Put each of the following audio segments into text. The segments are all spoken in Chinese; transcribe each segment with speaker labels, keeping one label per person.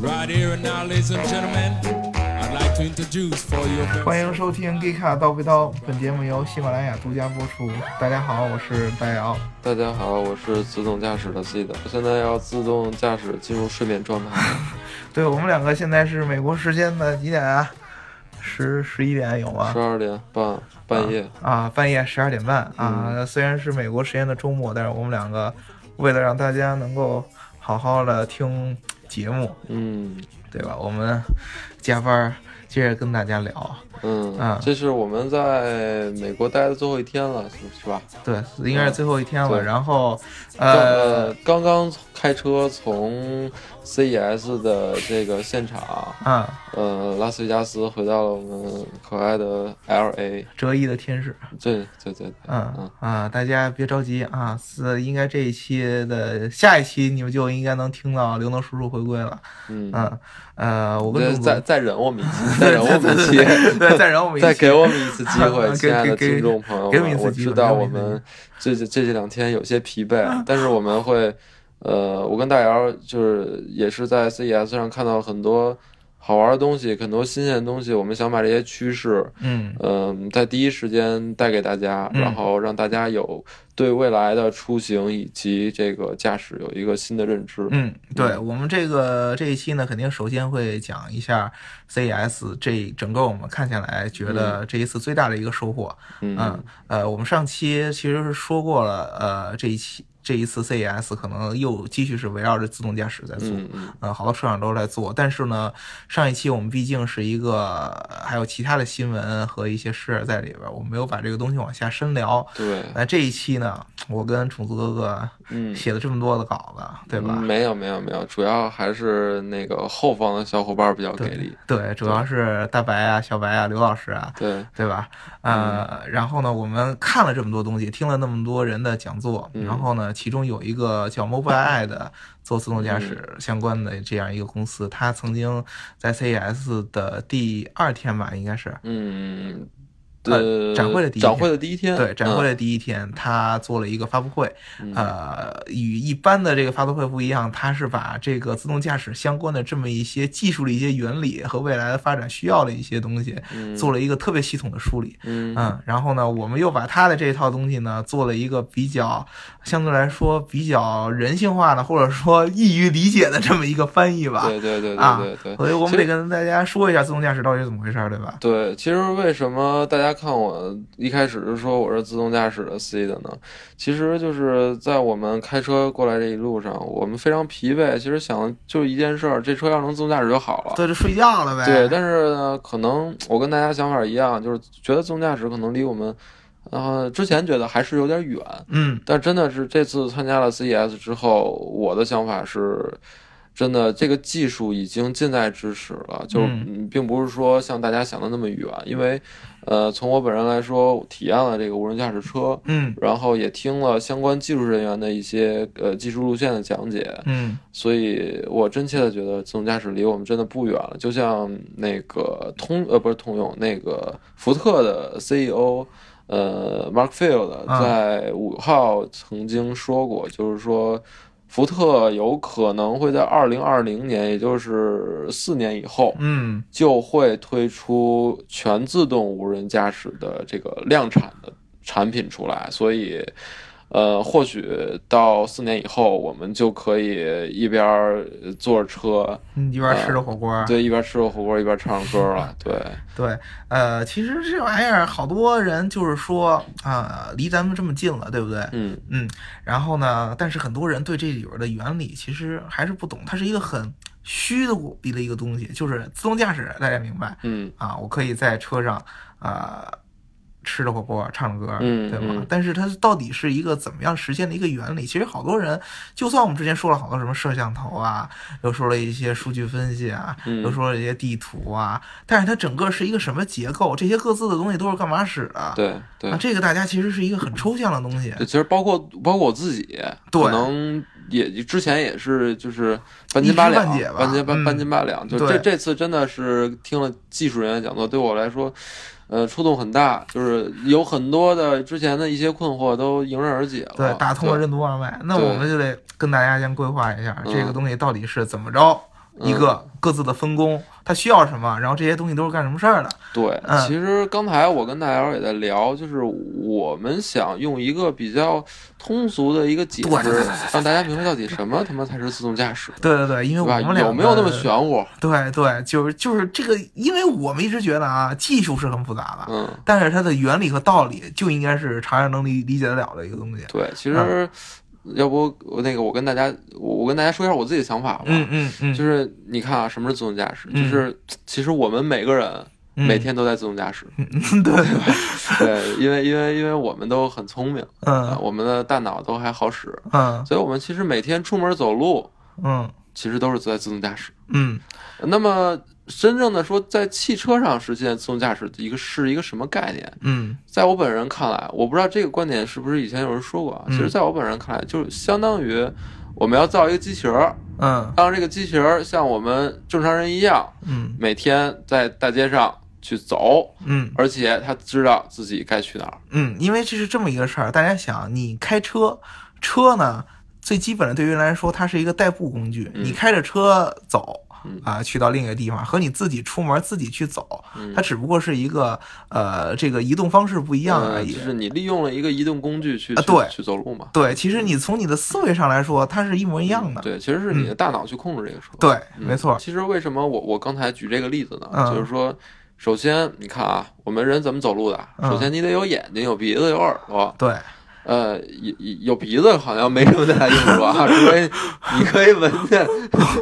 Speaker 1: Right here and now, ladies and gentlemen, I'd like to introduce for you.
Speaker 2: 欢迎收听《g e e k a 刀背刀》，本节目由喜马拉雅独家播出。大家好，我是白瑶。
Speaker 3: 大家好，我是自动驾驶的 C 的，我现在要自动驾驶进入睡眠状态。
Speaker 2: 对我们两个现在是美国时间的几点啊？十十一点有吗
Speaker 3: 十？二点半半夜，
Speaker 2: 啊，半夜十二点半啊、
Speaker 3: 嗯
Speaker 2: 虽然是美国时间的周末，但是我们两个为了让大家能够好好的听节目，
Speaker 3: 嗯
Speaker 2: 对吧？我们加班儿接着跟大家聊。啊
Speaker 3: 嗯，这是我们在美国待的最后一天了，是是吧？
Speaker 2: 对，应该是最后一天了。
Speaker 3: 嗯对
Speaker 2: 然后，呃，，
Speaker 3: 刚刚开车从 CES 的这个现场，
Speaker 2: 啊，
Speaker 3: 呃，拉斯维加斯回到了我们可爱的 LA。
Speaker 2: 折翼的天使。
Speaker 3: 对对对对，
Speaker 2: 嗯
Speaker 3: 嗯
Speaker 2: 啊，大家别着急啊，是应该这一期的下一期你们就应该能听到刘能叔叔回归了。
Speaker 3: 嗯，
Speaker 2: 嗯呃，我跟
Speaker 3: 再
Speaker 2: 主播
Speaker 3: 再再忍我们 一次，再忍我们一
Speaker 2: 对
Speaker 3: 次
Speaker 2: 对。 对再让我们一
Speaker 3: 再
Speaker 2: 起
Speaker 3: 给我们一次机
Speaker 2: 啊给
Speaker 3: 会，亲爱的
Speaker 2: 给
Speaker 3: 听众朋友
Speaker 2: 给我们一
Speaker 3: 们，
Speaker 2: 次
Speaker 3: 我
Speaker 2: 机
Speaker 3: 知
Speaker 2: 会
Speaker 3: 道
Speaker 2: 给我
Speaker 3: 我
Speaker 2: 们一次
Speaker 3: 们这这这两天有些疲 惫，啊但是我们会，呃，我跟大姚就是也是在 CES 上看到了很多好玩的东西，很多新鲜的东西，我们想把这些趋势，
Speaker 2: 嗯
Speaker 3: 嗯、在第一时间带给大家，
Speaker 2: 嗯
Speaker 3: 然后让大家有对未来的出行以及这个驾驶有一个新的认知。
Speaker 2: 嗯，对我们这个这一期呢，肯定首先会讲一下 CES 这整个我们看下来觉得这一次最大的一个收获。
Speaker 3: 嗯
Speaker 2: 嗯呃，我们上期其实是说过了，呃，这一期这一次 CES 可能又继续是围绕着自动驾驶在做。
Speaker 3: 嗯嗯
Speaker 2: 呃，好多车厂都在做。但是呢，上一期我们毕竟是一个呃还有其他的新闻和一些事儿在里边儿，我没有把这个东西往下深聊。
Speaker 3: 对，
Speaker 2: 那这一期呢，我跟虫子哥哥
Speaker 3: 嗯。
Speaker 2: 写了这么多的稿子，对吧？
Speaker 3: 嗯没有没有没有，主要还是那个后方的小伙伴比较给力
Speaker 2: 对。对，主要是大白啊、小白啊、刘老师啊，
Speaker 3: 对，
Speaker 2: 对吧？
Speaker 3: 嗯
Speaker 2: 呃，然后呢，我们看了这么多东西，听了那么多人的讲座，
Speaker 3: 嗯
Speaker 2: 然后呢，其中有一个叫 Mobileye 的做自动驾驶相关的这样一个公司，它曾经在 CES 的第二天吧，应该是。
Speaker 3: 嗯，
Speaker 2: 呃
Speaker 3: 呃，
Speaker 2: 展会的第一
Speaker 3: 展
Speaker 2: 天
Speaker 3: 会的第一天，
Speaker 2: 对，展会
Speaker 3: 嗯
Speaker 2: 的第一天，它做了一个发布会，
Speaker 3: 嗯
Speaker 2: 呃，与一般的这个发布会不一样，它是把这个自动驾驶相关的这么一些技术的一些原理和未来的发展需要的一些东西，
Speaker 3: 嗯
Speaker 2: 做了一个特别系统的梳理。
Speaker 3: 嗯
Speaker 2: 嗯，然后呢，我们又把他的这一套东西呢，做了一个比较相对来说比较人性化的，或者说易于理解的这么一个翻译吧。
Speaker 3: 对对对
Speaker 2: 啊
Speaker 3: 对对对。
Speaker 2: 所以我们
Speaker 3: 其
Speaker 2: 得
Speaker 3: 实
Speaker 2: 跟大家说一下自动驾驶到底是怎么回事儿，对吧？
Speaker 3: 对，其实为什么大家看我一开始就说我是自动驾驶的 C 的呢？其实就是在我们开车过来这一路上，我们非常疲惫，其实想的就是一件事儿，这车要能自动驾驶就好了。
Speaker 2: 对，就睡觉了呗。
Speaker 3: 对，但是呢，可能我跟大家想法一样，就是觉得自动驾驶可能离我们，呃，之前觉得还是有点远，
Speaker 2: 嗯，
Speaker 3: 但真的是这次参加了 CES 之后，我的想法是，真的这个技术已经近在咫尺了，就
Speaker 2: 嗯
Speaker 3: 嗯并不是说像大家想的那么远，因为，呃，从我本人来说，我体验了这个无人驾驶车，
Speaker 2: 嗯
Speaker 3: 然后也听了相关技术人员的一些呃技术路线的讲解，
Speaker 2: 嗯
Speaker 3: 所以我真切的觉得自动驾驶离我们真的不远了。就像那个通呃不是通用那个福特的 CEO 呃 Mark Field
Speaker 2: 啊
Speaker 3: 在五号曾经说过，就是说福特有可能会在二零二零年，也就是四年以后。
Speaker 2: 嗯，
Speaker 3: 就会推出全自动无人驾驶的这个量产的产品出来，所以，呃，或许到四年以后，我们就可以一边儿坐着车，
Speaker 2: 你一边吃着火锅儿。
Speaker 3: 对，一边吃着火锅，一边唱着歌了，对，
Speaker 2: 对，呃，其实这玩意儿好多人就是说啊、离咱们这么近了，对不对？
Speaker 3: 嗯
Speaker 2: 嗯，然后呢，但是很多人对这里边的原理其实还是不懂，它是一个很虚的的一个东西，就是自动驾驶，大家明白
Speaker 3: 嗯
Speaker 2: 啊？我可以在车上啊、呃吃着火锅，唱着歌，
Speaker 3: 嗯
Speaker 2: 对吧？
Speaker 3: 嗯
Speaker 2: 但是它到底是一个怎么样实现的一个原理？其实好多人，就算我们之前说了好多什么摄像头啊，又说了一些数据分析啊，
Speaker 3: 嗯
Speaker 2: 又说了一些地图啊，但是它整个是一个什么结构？这些各自的东西都是干嘛使的？
Speaker 3: 对对
Speaker 2: 啊，。这个大家其实是一个很抽象的东西。
Speaker 3: 对，其实包括包括我自己，
Speaker 2: 对
Speaker 3: 可能也之前也是就是半斤八两，
Speaker 2: 一知半解吧
Speaker 3: 半斤半
Speaker 2: 嗯
Speaker 3: 半斤八两。就
Speaker 2: 对
Speaker 3: 这这次真的是听了技术人员讲座，对我来说，呃，触动很大，就是有很多的之前的一些困惑都迎刃而解了。
Speaker 2: 对，打通了
Speaker 3: 哦对
Speaker 2: 任督二脉。那
Speaker 3: 对
Speaker 2: 我们就得跟大家先规划一下，
Speaker 3: 嗯
Speaker 2: 这个东西到底是怎么着一个各自的分工，它需要什么，然后这些东西都是干什么事儿的。
Speaker 3: 对，
Speaker 2: 嗯
Speaker 3: 其实刚才我跟大家也在聊，就是我们想用一个比较通俗的一个解
Speaker 2: 对对对
Speaker 3: 释，让大家明白到底什么他妈才是自动驾驶，
Speaker 2: 对对对，因为
Speaker 3: 对
Speaker 2: 我
Speaker 3: 吧？
Speaker 2: 们啊俩
Speaker 3: 有没有那么玄？乎？
Speaker 2: 对对，就是就是这个，因为我们一直觉得啊，技术是很复杂的，
Speaker 3: 嗯，
Speaker 2: 但是它的原理和道理就应该是常人能理理解得了的一个东西。
Speaker 3: 对，其
Speaker 2: 嗯
Speaker 3: 实要不我那个我跟大家我我跟大家说一下我自己的想法吧，
Speaker 2: 嗯嗯嗯，
Speaker 3: 就是你看啊，什么是自动驾驶？
Speaker 2: 嗯
Speaker 3: 就是其实我们每个人。
Speaker 2: 嗯
Speaker 3: 每天都在自动驾驶，
Speaker 2: 对对对，
Speaker 3: 对，因为因为因为我们都很聪明，啊，
Speaker 2: 嗯
Speaker 3: 我们的大脑都还好使，
Speaker 2: 嗯
Speaker 3: 所以我们其实每天出门走路，
Speaker 2: 嗯
Speaker 3: 其实都是在自动驾驶。
Speaker 2: 嗯
Speaker 3: 那么，真正的说，在汽车上实现自动驾驶，一个是一个什么概念？
Speaker 2: 嗯
Speaker 3: 在我本人看来，我不知道这个观点是不是以前有人说过啊。
Speaker 2: 嗯
Speaker 3: 其实，在我本人看来，就是相当于我们要造一个机器人儿，
Speaker 2: 嗯
Speaker 3: 让这个机器人儿像我们正常人一样，
Speaker 2: 嗯
Speaker 3: 每天在大街上去走，
Speaker 2: 嗯
Speaker 3: 而且他知道自己该去哪儿。
Speaker 2: 嗯，因为这是这么一个事儿，大家想，你开车，车呢最基本的对于人来说，它是一个代步工具，
Speaker 3: 嗯
Speaker 2: 你开着车走。
Speaker 3: 嗯
Speaker 2: 啊，去到另一个地方和你自己出门自己去走，
Speaker 3: 嗯
Speaker 2: 它只不过是一个呃，这个移动方式不一
Speaker 3: 一
Speaker 2: 样而已。
Speaker 3: 呃就是你利用了一个移动工具去、
Speaker 2: 啊
Speaker 3: 去
Speaker 2: 对
Speaker 3: 去走路嘛。
Speaker 2: 对，其实你从你的思维上来说，它是一模一样的。嗯
Speaker 3: 嗯对，其实是你的大脑去控制这个车。
Speaker 2: 对，
Speaker 3: 嗯
Speaker 2: 没错。
Speaker 3: 其实为什么我我刚才举这个例子呢？
Speaker 2: 嗯
Speaker 3: 就是说，首先你看啊，我们人怎么走路的？
Speaker 2: 嗯
Speaker 3: 首先你得有眼睛、有鼻子、有耳朵。
Speaker 2: 对，
Speaker 3: 呃，有有有鼻子好像没什么太大用处 啊，除非你可以闻 见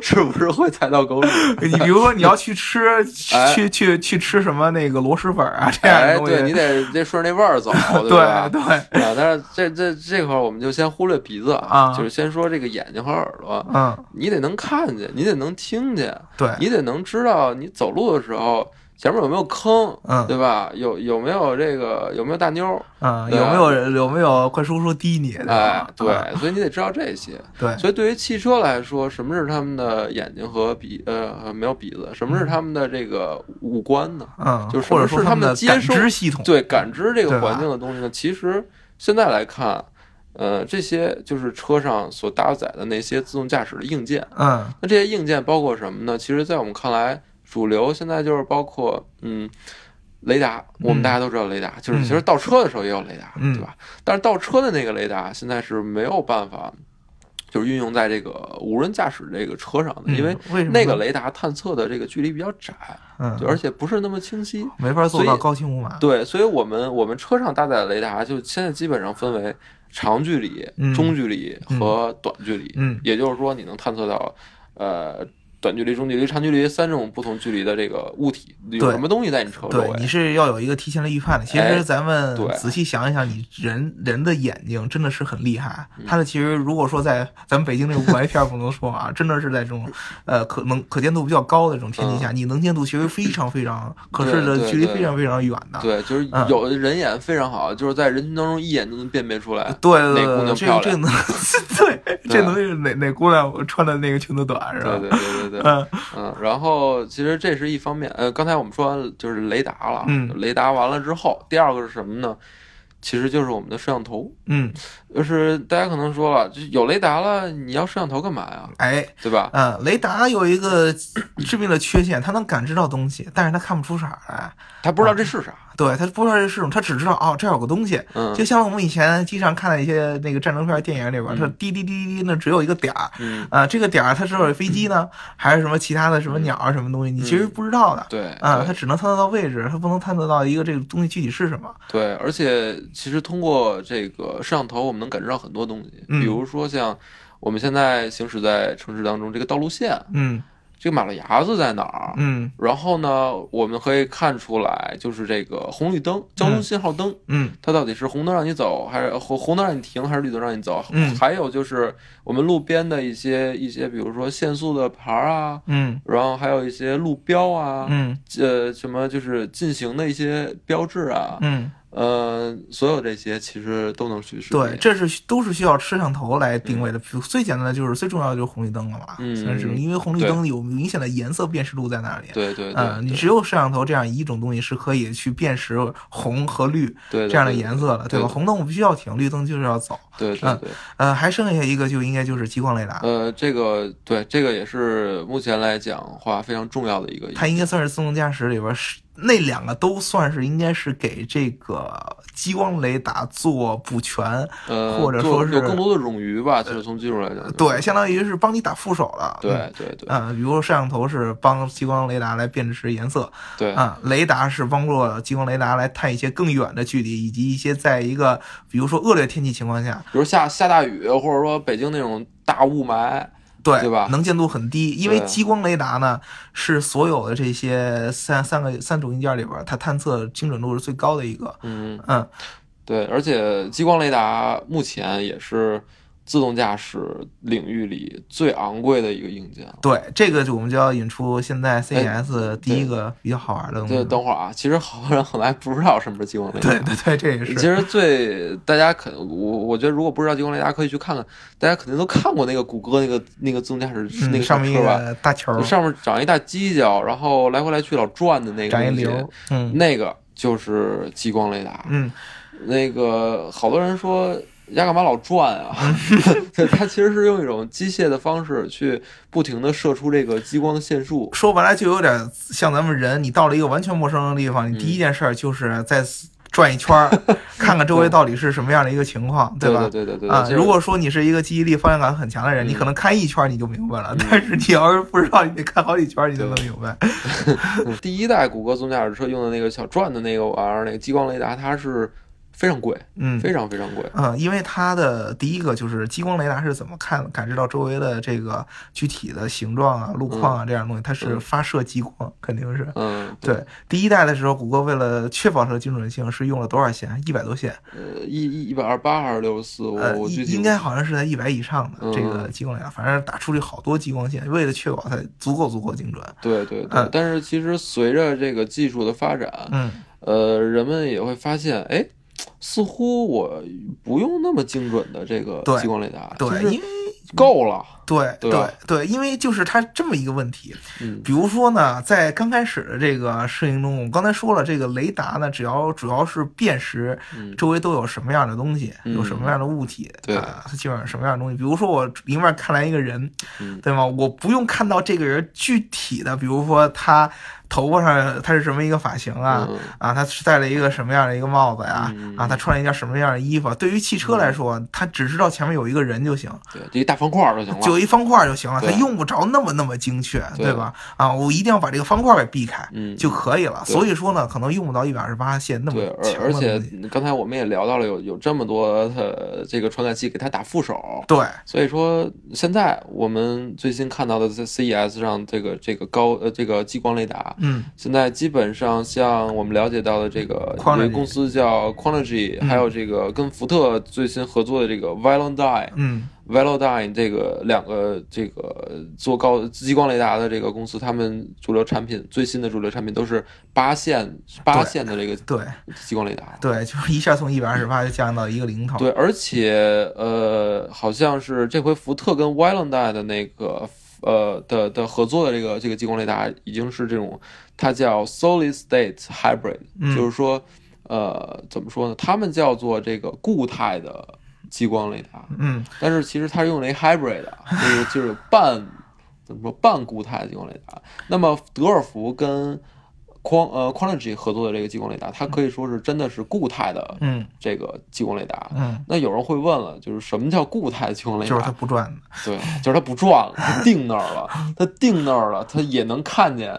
Speaker 3: 是不是会踩到狗屎。
Speaker 2: 你比如说你要去吃，
Speaker 3: 哎
Speaker 2: 去去去吃什么那个螺蛳粉儿 啊这样的
Speaker 3: 哎，
Speaker 2: 东西，
Speaker 3: 对你得这顺着那味 儿走，对吧？
Speaker 2: 对对，
Speaker 3: 啊，但是这这这块儿我们就先忽略鼻子
Speaker 2: 啊
Speaker 3: 就是先说这个眼睛和耳朵，
Speaker 2: 嗯，
Speaker 3: 你得能看见，你得能听见，
Speaker 2: 对，
Speaker 3: 你得能知道你走路的时候前面有没有坑，
Speaker 2: 嗯
Speaker 3: 对吧？有有没有这个有没有大妞儿？
Speaker 2: 嗯，
Speaker 3: 对
Speaker 2: 有
Speaker 3: 啊
Speaker 2: 没有人有没有怪叔叔滴你？对
Speaker 3: 哎
Speaker 2: 吧，
Speaker 3: 对，所以你得知道这些。
Speaker 2: 啊对，
Speaker 3: 所以对于汽车来说，什么是他们的眼睛和鼻呃没有鼻子？什么是他们的这个五官呢？
Speaker 2: 嗯，
Speaker 3: 就是
Speaker 2: 或者
Speaker 3: 是
Speaker 2: 说
Speaker 3: 他们
Speaker 2: 的
Speaker 3: 接
Speaker 2: 感
Speaker 3: 收
Speaker 2: 知系统，
Speaker 3: 对，感知这
Speaker 2: 对
Speaker 3: 个
Speaker 2: 吧
Speaker 3: 环境的东西呢，其实现在来看。呃，这些就是车上所搭载的那些自动驾驶的硬件。
Speaker 2: 嗯
Speaker 3: 那这些硬件包括什么呢？其实，在我们看来，主流现在就是包括嗯，雷达。我们大家都知道雷达，就是其实倒车的时候也有雷达，
Speaker 2: 嗯
Speaker 3: 对吧？但是倒车的那个雷达现在是没有办法，就是运用在这个无人驾驶这个车上的，
Speaker 2: 嗯
Speaker 3: 因为
Speaker 2: 为什么
Speaker 3: 那个
Speaker 2: 呢
Speaker 3: 雷达探测的这个距离比较窄，
Speaker 2: 嗯，
Speaker 3: 就而且不是那么清晰。
Speaker 2: 没法做
Speaker 3: 所
Speaker 2: 到
Speaker 3: 以
Speaker 2: 高清无码。
Speaker 3: 对，所以我们我们车上搭载的雷达就现在基本上分为长距离、
Speaker 2: 嗯
Speaker 3: 中距离和短距离。
Speaker 2: 嗯
Speaker 3: 也就是说你能探测到，呃，短距离、中距离、长距离三种不同距离的这个物体有
Speaker 2: 对
Speaker 3: 什么东西在你车周
Speaker 2: 对，
Speaker 3: 围
Speaker 2: 你。是要有一个提前的预判的。其
Speaker 3: 哎
Speaker 2: 实咱们
Speaker 3: 对
Speaker 2: 仔细想一想，你人人的眼睛真的是很厉害。
Speaker 3: 嗯
Speaker 2: 它的其实如果说在咱们北京这个雾霾片儿不能说啊，真的是在这种呃可能可见度比较高的这种天气下，你能见度其实非常非常可视
Speaker 3: 嗯对
Speaker 2: 的
Speaker 3: 对
Speaker 2: 距离
Speaker 3: 对
Speaker 2: 非常非常远的。
Speaker 3: 对，就是
Speaker 2: 嗯
Speaker 3: 有的人眼非常好，就是在人群当中一眼就能辨别出来。
Speaker 2: 对对
Speaker 3: 哪姑
Speaker 2: 对，
Speaker 3: 娘
Speaker 2: 这个
Speaker 3: 漂亮
Speaker 2: 这个能 对这能是哪哪姑娘穿的那个裙子短是吧？
Speaker 3: 对对对对对，
Speaker 2: 嗯
Speaker 3: 嗯，然后其实这是一方面，呃，刚才我们说完就是雷达了，
Speaker 2: 嗯
Speaker 3: 雷达完了之后，第二个是什么呢？其实就是我们的摄像头，
Speaker 2: 嗯，
Speaker 3: 就是大家可能说了，就有雷达了，你要摄像头干嘛呀？
Speaker 2: 哎，
Speaker 3: 对吧？
Speaker 2: 嗯，雷达有一个致命的缺陷，它能感知到东西，但是它看不出色儿来。
Speaker 3: 他
Speaker 2: 啊
Speaker 3: 不知道这是啥，
Speaker 2: 对，它不知道这是什么，它只知道哦，这儿有个东西。
Speaker 3: 嗯
Speaker 2: 就像我们以前经常看的一些那个战争片、电影里边，它滴滴滴滴滴，那只有一个点儿。
Speaker 3: 嗯，
Speaker 2: 啊、这个点儿它是有飞机呢，还是什么其他的什么鸟啊，什么东西，你其实不知道的。
Speaker 3: 对，
Speaker 2: 啊、
Speaker 3: 嗯对
Speaker 2: 它只能探测到位置，它不能探测到一个这个东西具体是什么。
Speaker 3: 对，而且其实通过这个摄像头，我们能感知到很多东西，
Speaker 2: 嗯
Speaker 3: 比如说像我们现在行驶在城市当中，这个道路线，
Speaker 2: 嗯
Speaker 3: 这个马路牙子在哪儿？
Speaker 2: 嗯
Speaker 3: 然后呢，我们可以看出来，就是这个红绿灯、交通信号灯，
Speaker 2: 嗯
Speaker 3: 它到底是红灯让你走，还是红红灯让你停，还是绿灯让你走？
Speaker 2: 嗯
Speaker 3: 还有就是我们路边的一些一些，比如说限速的牌儿啊，
Speaker 2: 嗯
Speaker 3: 然后还有一些路标啊，
Speaker 2: 嗯
Speaker 3: 呃，什么就是进行的一些标志啊，
Speaker 2: 嗯，
Speaker 3: 呃，所有这些其实都能去识别。
Speaker 2: 对，这是需都是需要摄像头来定位的。比如最简单的就是最重要的就是红绿灯了嘛，
Speaker 3: 嗯
Speaker 2: 算是因为红绿灯有明显的颜色辨识度在那里。
Speaker 3: 对对对
Speaker 2: 嗯、你只有摄像头这样一种东西是可以去辨识红和绿
Speaker 3: 对对
Speaker 2: 这样的颜色的，
Speaker 3: 对
Speaker 2: 吧？
Speaker 3: 对
Speaker 2: 红灯我必须要停，绿灯就是要走。
Speaker 3: 对对对，
Speaker 2: 呃，还剩下一个就应该就是激光雷达，
Speaker 3: 呃，这个对这个也是目前来讲话非常重要的一个，
Speaker 2: 它应该算是自动驾驶里边是那两个都算是应该是给这个激光雷达做补全，
Speaker 3: 呃，
Speaker 2: 或者说
Speaker 3: 做
Speaker 2: 是呃
Speaker 3: 有更多的冗余吧，就是从技术来讲，
Speaker 2: 对，相当于是帮你打副手了。
Speaker 3: 对对对
Speaker 2: 嗯，呃，比如说摄像头是帮激光雷达来辨识颜色，
Speaker 3: 对，
Speaker 2: 啊、雷达是帮助激光雷达来探一些更远的距离，以及一些在一个比如说恶劣天气情况下，
Speaker 3: 比如下下大雨，或者说北京那种大雾霾，
Speaker 2: 对
Speaker 3: 对吧
Speaker 2: 能见度很低，因为
Speaker 3: 对
Speaker 2: 激光雷达呢是所有的这些三三个三种硬件里边儿，它探测精准度是最高的一个。
Speaker 3: 嗯，
Speaker 2: 嗯，
Speaker 3: 对，而且激光雷达目前也是自动驾驶领域里最昂贵的一个硬件了。
Speaker 2: 对，这个就我们就要引出现在 CES 第一个比较好玩的东西
Speaker 3: 哎对，
Speaker 2: 了。
Speaker 3: 等会儿啊，其实好多人本来不知道什么是激光雷
Speaker 2: 嗯
Speaker 3: 达。
Speaker 2: 对对对，这也
Speaker 3: 其
Speaker 2: 是。
Speaker 3: 实最大家肯我我觉得如果不知道激光雷达，可以去看看，大家肯定都看过那个谷歌那个那个自动驾驶那
Speaker 2: 嗯，
Speaker 3: 个
Speaker 2: 上面一
Speaker 3: 车吧，
Speaker 2: 个大球
Speaker 3: 就
Speaker 2: 儿，
Speaker 3: 上面长一大犄角，然后来回来去老转的那个
Speaker 2: 长一
Speaker 3: 东西
Speaker 2: 流儿，嗯
Speaker 3: 那个就是激光雷达。
Speaker 2: 嗯，
Speaker 3: 那个好多人说鸭干嘛老转 啊？对，它其实是用一种机械的方式去不停的射出这个激光的线束。
Speaker 2: 说白了就有点像咱们人，你到了一个完全陌生的地方，你
Speaker 3: 嗯
Speaker 2: 第一件事儿就是在转一圈 儿，看看周围到底是什么样的一个情况，
Speaker 3: 对
Speaker 2: 吧？
Speaker 3: 对对对
Speaker 2: 啊，
Speaker 3: 对，
Speaker 2: 如果说你是一个记忆力、方向感很强的人，
Speaker 3: 嗯
Speaker 2: 你可能看一圈儿你就明白了， 但是你要是不知道，你得看好几圈儿你才能明白。
Speaker 3: 嗯第一代谷歌自动驾驶车用的那个小转的那个玩意儿，那个激光雷达，它是非常贵，
Speaker 2: 嗯。
Speaker 3: 非常非常贵。
Speaker 2: 嗯，因为它的第一个就是激光雷达是怎么看感知到周围的这个具体的形状啊、路况啊这样的东西，它是发射激光，肯定是。
Speaker 3: 嗯，
Speaker 2: 对，第一代的时候，谷歌为了确保它的精准性，是用了多少线？一百多线，
Speaker 3: 呃，一一一百二十八还是六十四？我
Speaker 2: 呃，
Speaker 3: 我具
Speaker 2: 应
Speaker 3: 体
Speaker 2: 应该好像是在一百以上的
Speaker 3: 嗯
Speaker 2: 这个激光雷达，反正打出去好多激光线，为了确保它足够足够精准。
Speaker 3: 对对对
Speaker 2: 嗯。
Speaker 3: 但是其实随着这个技术的发展，
Speaker 2: 嗯，
Speaker 3: 呃，人们也会发现，哎，似乎我不用那么精准的这个
Speaker 2: 对
Speaker 3: 激光雷达，
Speaker 2: 对，
Speaker 3: 就是
Speaker 2: 因为
Speaker 3: 够了。
Speaker 2: 对
Speaker 3: 对
Speaker 2: 对
Speaker 3: 吧
Speaker 2: 对，因为就是它这么一个问题，
Speaker 3: 嗯
Speaker 2: 比如说呢，在刚开始的这个适应中，我刚才说了，这个雷达呢，只要主要是辨识
Speaker 3: 嗯
Speaker 2: 周围都有什么样的东西，
Speaker 3: 嗯
Speaker 2: 有什么样的物体，
Speaker 3: 对
Speaker 2: 啊，它基本上什么样的东西。比如说我迎面看来一个人，
Speaker 3: 嗯
Speaker 2: 对吗？我不用看到这个人具体的，比如说他头发上他是什么一个发型啊。
Speaker 3: 嗯
Speaker 2: 啊，他是戴了一个什么样的一个帽子呀？
Speaker 3: 嗯
Speaker 2: 啊，他穿了一件什么样的衣服？对于汽车来说，他只知道前面有一个人就行，
Speaker 3: 对，这一大方块儿就行了。
Speaker 2: 就一方块就行了，它
Speaker 3: 对
Speaker 2: 用不着那么那么精确，
Speaker 3: 对
Speaker 2: 对吧？啊，我一定要把这个方块给避开
Speaker 3: 嗯
Speaker 2: 就可以了。
Speaker 3: 对
Speaker 2: 所以说呢，可能用不到一百二十八线那么
Speaker 3: 对，
Speaker 2: 强
Speaker 3: 而而
Speaker 2: 的
Speaker 3: 且
Speaker 2: 东西。
Speaker 3: 刚才我们也聊到了有有这么多的这个传感器给它打副手，
Speaker 2: 对，
Speaker 3: 所以说现在我们最新看到的在 CES 上这个这个高呃这个激光雷达，
Speaker 2: 嗯，
Speaker 3: 现在基本上像我们了解到的这个有
Speaker 2: Quannergy
Speaker 3: 一个公司叫 Quanergy，还有这个跟福特最新合作的这个 Velodyne。
Speaker 2: 嗯
Speaker 3: Velodyne 这个两个这个做高激光雷达的这个公司，他们主流产品最新的主流产品都是八线八线的这个
Speaker 2: 对
Speaker 3: 激光雷达。
Speaker 2: 对，就是一下从一百二十八就降到一个零头。
Speaker 3: 对，而且呃，好像是这回福特跟 Velodyne 的那个呃的的合作的这个这个激光雷达已经是这种，它叫 Solid State Hybrid，、
Speaker 2: 嗯
Speaker 3: 就是说呃怎么说呢？他们叫做这个固态的激光雷达，
Speaker 2: 嗯，
Speaker 3: 但是其实它用了一 hybrid，啊就是就是半怎么说半固态的激光雷达。那么德尔福跟光呃 Quanergy 合作的这个激光雷达，它可以说是真的是固态的
Speaker 2: 嗯
Speaker 3: 这个激光雷达。
Speaker 2: 嗯，
Speaker 3: 那有人会问了，就是什么叫固态激光雷
Speaker 2: 就是它
Speaker 3: 达？
Speaker 2: 不转的。
Speaker 3: 对，就是它不转了，它定那儿了，它定那儿了，它也能看见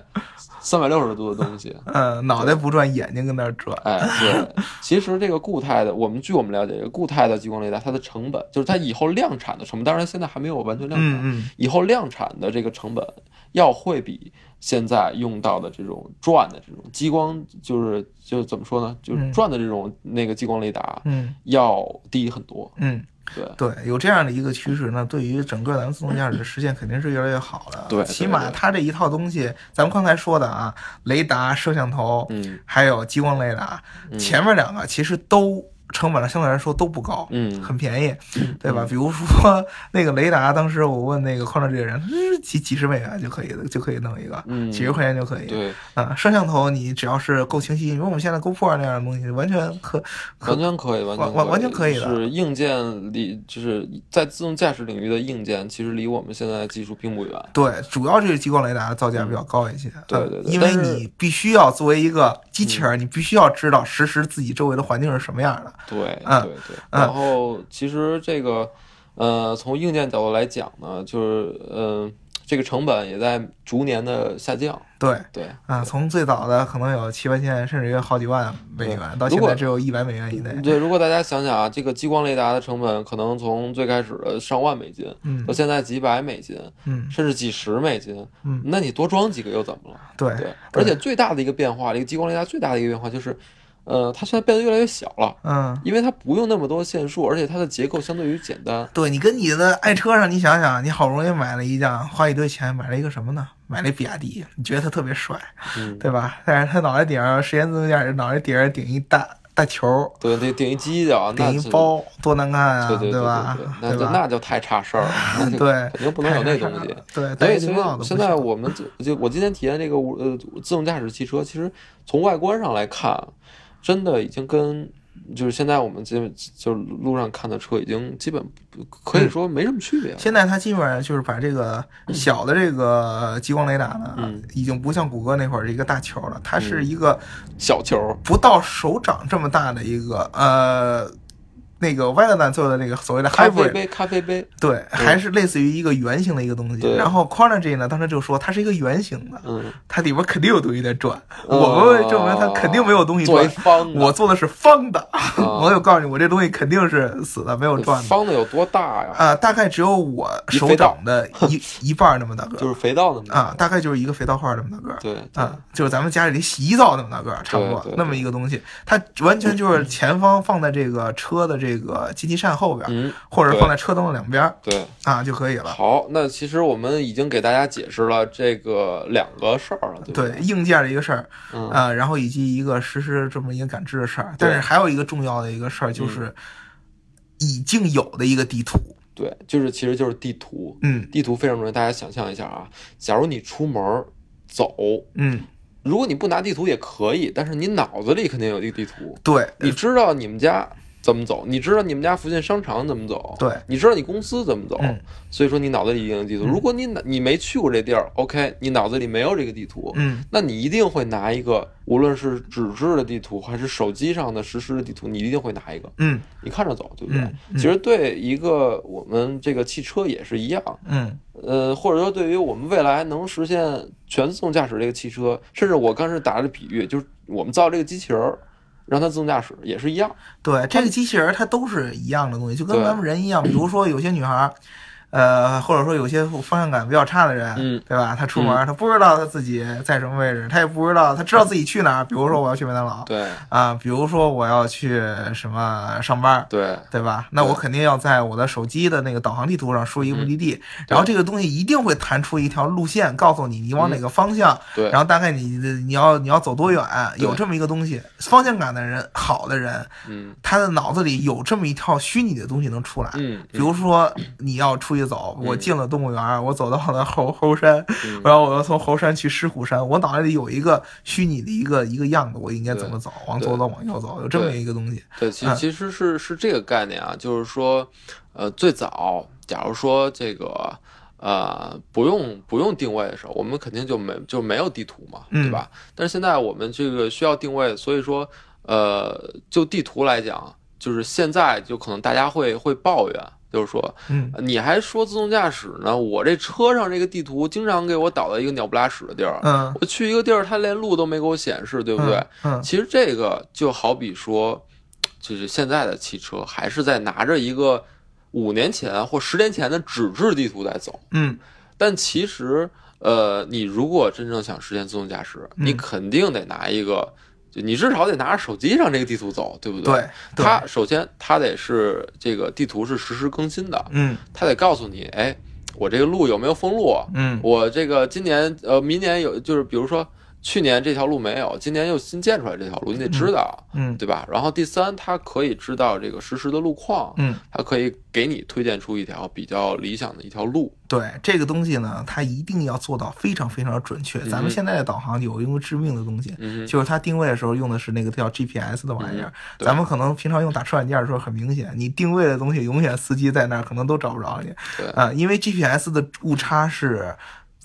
Speaker 3: 三百六十度的东西。
Speaker 2: 嗯，脑袋不转，眼睛跟那儿转。
Speaker 3: 哎，对，其实这个固态的，我们据我们了解，这个固态的激光雷达，它的成本就是它以后量产的成本，当然现在还没有完全量产，
Speaker 2: 嗯
Speaker 3: 以后量产的这个成本要会比现在用到的这种转的这种激光，就是就是怎么说呢，就是
Speaker 2: 嗯
Speaker 3: 转的这种那个激光雷达
Speaker 2: 嗯
Speaker 3: 要低很多。
Speaker 2: 嗯，
Speaker 3: 对，
Speaker 2: 对，有这样的一个趋势呢，对于整个咱们自动驾驶的实现肯定是越来越好了。
Speaker 3: 对对
Speaker 2: 起码
Speaker 3: 对
Speaker 2: 它这一套东西，咱们刚才说的啊，雷达、摄像头，
Speaker 3: 嗯
Speaker 2: 还有激光雷达，前面两个其实都成本上相对来说都不高，
Speaker 3: 嗯
Speaker 2: 很便宜，对吧？比如说 那个雷达，当时我问那个矿长这个人，他说几几十美元就可以就可以弄一个，
Speaker 3: 嗯
Speaker 2: 几十块钱就可以，
Speaker 3: 对，
Speaker 2: 啊，摄像头你只要是够清晰，因为我们现在 GoPro 那样的东西完全可可
Speaker 3: 完全可以，完全
Speaker 2: 完完全可以的
Speaker 3: 就是硬件离，就是在自动驾驶领域的硬件，其实离我们现在的技术并不远。
Speaker 2: 对，主要这个激光雷达造价比较高一些，
Speaker 3: 嗯对
Speaker 2: 呃
Speaker 3: 对对
Speaker 2: 因为
Speaker 3: 但是嗯
Speaker 2: 你必须要作为一个机器人儿，你必须要知道实时自己周围的环境是什么样的，
Speaker 3: 对
Speaker 2: 嗯
Speaker 3: 对对，
Speaker 2: 嗯
Speaker 3: 然后其实这个，呃，从硬件角度来讲呢，就是嗯、呃，这个成本也在逐年的下降。
Speaker 2: 对，
Speaker 3: 对，
Speaker 2: 啊，从最早的可能有七八千，甚至于好几万美元，到
Speaker 3: 如
Speaker 2: 现
Speaker 3: 果
Speaker 2: 在只有一百美元以内。
Speaker 3: 对，如果大家想想啊，这个激光雷达的成本可能从最开始的上万美金，
Speaker 2: 嗯
Speaker 3: 到现在几百美金，
Speaker 2: 嗯，
Speaker 3: 甚至几十美金，
Speaker 2: 嗯
Speaker 3: 那你多装几个又怎么了？
Speaker 2: 对
Speaker 3: 对，而且最大的一个变化，这个激光雷达最大的一个变化就是，呃，它现在变得越来越小了，
Speaker 2: 嗯，
Speaker 3: 因为它不用那么多线束，而且它的结构相对于简单。
Speaker 2: 对你跟你的爱车上，你想想，你好不容易买了一辆，花一堆钱买了一个什么呢？买了一比亚迪，你觉得它特别帅，
Speaker 3: 嗯，
Speaker 2: 对吧？但是它脑袋顶上实现自动驾驶，脑袋顶上顶一大大球儿，
Speaker 3: 对，得顶一犄角，啊那
Speaker 2: 顶一
Speaker 3: 是。
Speaker 2: 包，多难看啊，
Speaker 3: 对对对
Speaker 2: 吧
Speaker 3: 对？那
Speaker 2: 对
Speaker 3: 就
Speaker 2: 吧？
Speaker 3: 那就太差事儿 了，那就
Speaker 2: 对
Speaker 3: 肯定不能有那东西。
Speaker 2: 对，
Speaker 3: 所
Speaker 2: 戴
Speaker 3: 以，
Speaker 2: 个
Speaker 3: 所
Speaker 2: 绿帽
Speaker 3: 以
Speaker 2: 子。
Speaker 3: 现在我们就就我今天体验这个无呃自动驾驶汽车，其实从外观上来看，真的已经跟就是现在我们这就路上看的车已经基本不可以说没什么区别了。
Speaker 2: 嗯现在它基本上就是把这个小的这个激光雷达呢，
Speaker 3: 嗯
Speaker 2: 已经不像谷歌那会儿是一个大球了，它是一个
Speaker 3: 小球儿，
Speaker 2: 不到手掌这么大的一个呃。那个 v a l a n 做的这个所谓的
Speaker 3: 咖啡
Speaker 2: hybrid，
Speaker 3: 杯，咖啡杯，
Speaker 2: 对，还是类似于一个圆形的一个东西。
Speaker 3: 嗯对
Speaker 2: 然后 Quantrgy 呢，当时就说它是一个圆形的，
Speaker 3: 嗯，
Speaker 2: 它里边肯定有东西在转。我们证明它肯定没有东西
Speaker 3: 哦作为
Speaker 2: 转，
Speaker 3: 方的，啊
Speaker 2: 我做的是方的，我就告诉你，我这东西肯定是死的，没有转的。
Speaker 3: 方的有多大呀？
Speaker 2: 啊，大概只有我
Speaker 3: 一
Speaker 2: 手
Speaker 3: 肥
Speaker 2: 掌的一 一半儿那么大个
Speaker 3: 就
Speaker 2: 儿，
Speaker 3: 是肥皂那么大
Speaker 2: 啊，大概就是一个肥皂泡儿那么大个儿，
Speaker 3: 对，对
Speaker 2: 啊，就是咱们家里的洗衣皂那么大个儿，差不
Speaker 3: 对
Speaker 2: 多
Speaker 3: 对
Speaker 2: 那么一个东西，它完全就是前方放在这个车的这个进气扇后边儿，
Speaker 3: 嗯，
Speaker 2: 或者
Speaker 3: 对
Speaker 2: 放在车灯的两边儿
Speaker 3: 对。
Speaker 2: 啊就可以了。
Speaker 3: 好，那其实我们已经给大家解释了这个两个事儿了，对不
Speaker 2: 对硬件的一个事儿，
Speaker 3: 嗯
Speaker 2: 啊，然后以及一个实时这么一个感知的事儿，但
Speaker 3: 对嗯
Speaker 2: 是还有一个重要的一个事儿就是，已经有的一个地图，
Speaker 3: 对，就是其实就是地图，
Speaker 2: 嗯
Speaker 3: 地图非常重要。大家想象一下啊，假如你出门儿走，
Speaker 2: 嗯，
Speaker 3: 如果你不拿地图也可以，但是你脑子里肯定有一个地图，
Speaker 2: 对，
Speaker 3: 你知道你们家怎么走，你知道你们家附近商场怎么走，
Speaker 2: 对
Speaker 3: 你知道你公司怎么走，
Speaker 2: 嗯
Speaker 3: 所以说你脑子里已经有地图。如果你脑你没去过这地儿，OK，你脑子里没有这个地图，
Speaker 2: 嗯
Speaker 3: 那你一定会拿一个，无论是纸质的地图还是手机上的实时的地图，你一定会拿一个，
Speaker 2: 嗯
Speaker 3: 你看着走，对不对？
Speaker 2: 嗯嗯
Speaker 3: 其实对一个我们这个汽车也是一样，
Speaker 2: 嗯
Speaker 3: 呃，或者说对于我们未来能实现全自动驾驶这个汽车，甚至我刚才打了比喻，就是我们造这个机器人儿，让它自动驾驶也是一样，
Speaker 2: 对，这个机器人儿它都是一样的东西，就跟
Speaker 3: 对
Speaker 2: 咱们人一样。比如说有些女孩儿，呃，或者说有些方向感比较差的人，
Speaker 3: 嗯
Speaker 2: 对吧？她出门儿她不知道她自己在什么位置，她也不知道她知道自己去哪儿。比如说我要去麦当劳
Speaker 3: 对
Speaker 2: 啊，比如说我要去什么上班儿。
Speaker 3: 对嗯
Speaker 2: 对吧？那我肯定要在我的手机的那个导航地图上输一个目的地，然后这个东西一定会弹出一条路线，告诉你你
Speaker 3: 嗯
Speaker 2: 往哪个方向，
Speaker 3: 对
Speaker 2: 然后大概你你要你要走多远，
Speaker 3: 对
Speaker 2: 有这么一个东西。方向感的人，好的人，
Speaker 3: 嗯
Speaker 2: 他的脑子里有这么一套虚拟的东西能出来。
Speaker 3: 嗯
Speaker 2: 比如说，你要出去走，我进了动物园，我走到了猴猴山，
Speaker 3: 嗯
Speaker 2: 然后我要从猴山去狮虎山，我脑袋里有一个虚拟的一个一个样子，我应该怎么走，往左走，往右走，有这么一个东西。
Speaker 3: 对，其
Speaker 2: 嗯
Speaker 3: 其实是是这个概念啊，就是说，呃，最早假如说这个呃不用不用定位的时候，我们肯定就没就没有地图嘛，对
Speaker 2: 嗯
Speaker 3: 吧？但是现在我们这个需要定位，所以说，呃，就地图来讲，就是现在就可能大家会会抱怨。就是说，呃
Speaker 2: 嗯
Speaker 3: 你还说自动驾驶呢？我这车上这个地图经常给我导到一个鸟不拉屎的地儿。
Speaker 2: 嗯
Speaker 3: 我去一个地儿，它连路都没给我显示，对不对？
Speaker 2: 嗯
Speaker 3: 其实这个就好比说，就是现在的汽车还是在拿着一个五年前或十年前的纸质地图在走，
Speaker 2: 嗯，
Speaker 3: 但其实，呃，你如果真正想实现自动驾驶，
Speaker 2: 嗯
Speaker 3: 你肯定得拿一个，就你至少得拿着手机上这个地图走，对不
Speaker 2: 对，对
Speaker 3: 它首先它得是这个地图是实时更新的，
Speaker 2: 嗯
Speaker 3: 它得告诉你，哎，我这个路有没有封路，
Speaker 2: 嗯
Speaker 3: 我这个今年呃，明年有就是比如说去年这条路没有，今年又新建出来这条路，你得知道，
Speaker 2: 嗯
Speaker 3: 对吧？然后第三，它可以知道这个实时的路况，
Speaker 2: 嗯，
Speaker 3: 它可以给你推荐出一条比较理想的一条路。
Speaker 2: 对这个东西呢，它一定要做到非常非常准确。咱们现在的导航有一个致命的东西，
Speaker 3: 嗯哼，嗯
Speaker 2: 就是它定位的时候用的是那个叫 GPS 的玩意儿。
Speaker 3: 对
Speaker 2: 咱们可能平常用打车软件的时候很明显，你定位的东西永远司机在那儿可能都找不着你
Speaker 3: 对
Speaker 2: 啊、因为 GPS 的误差是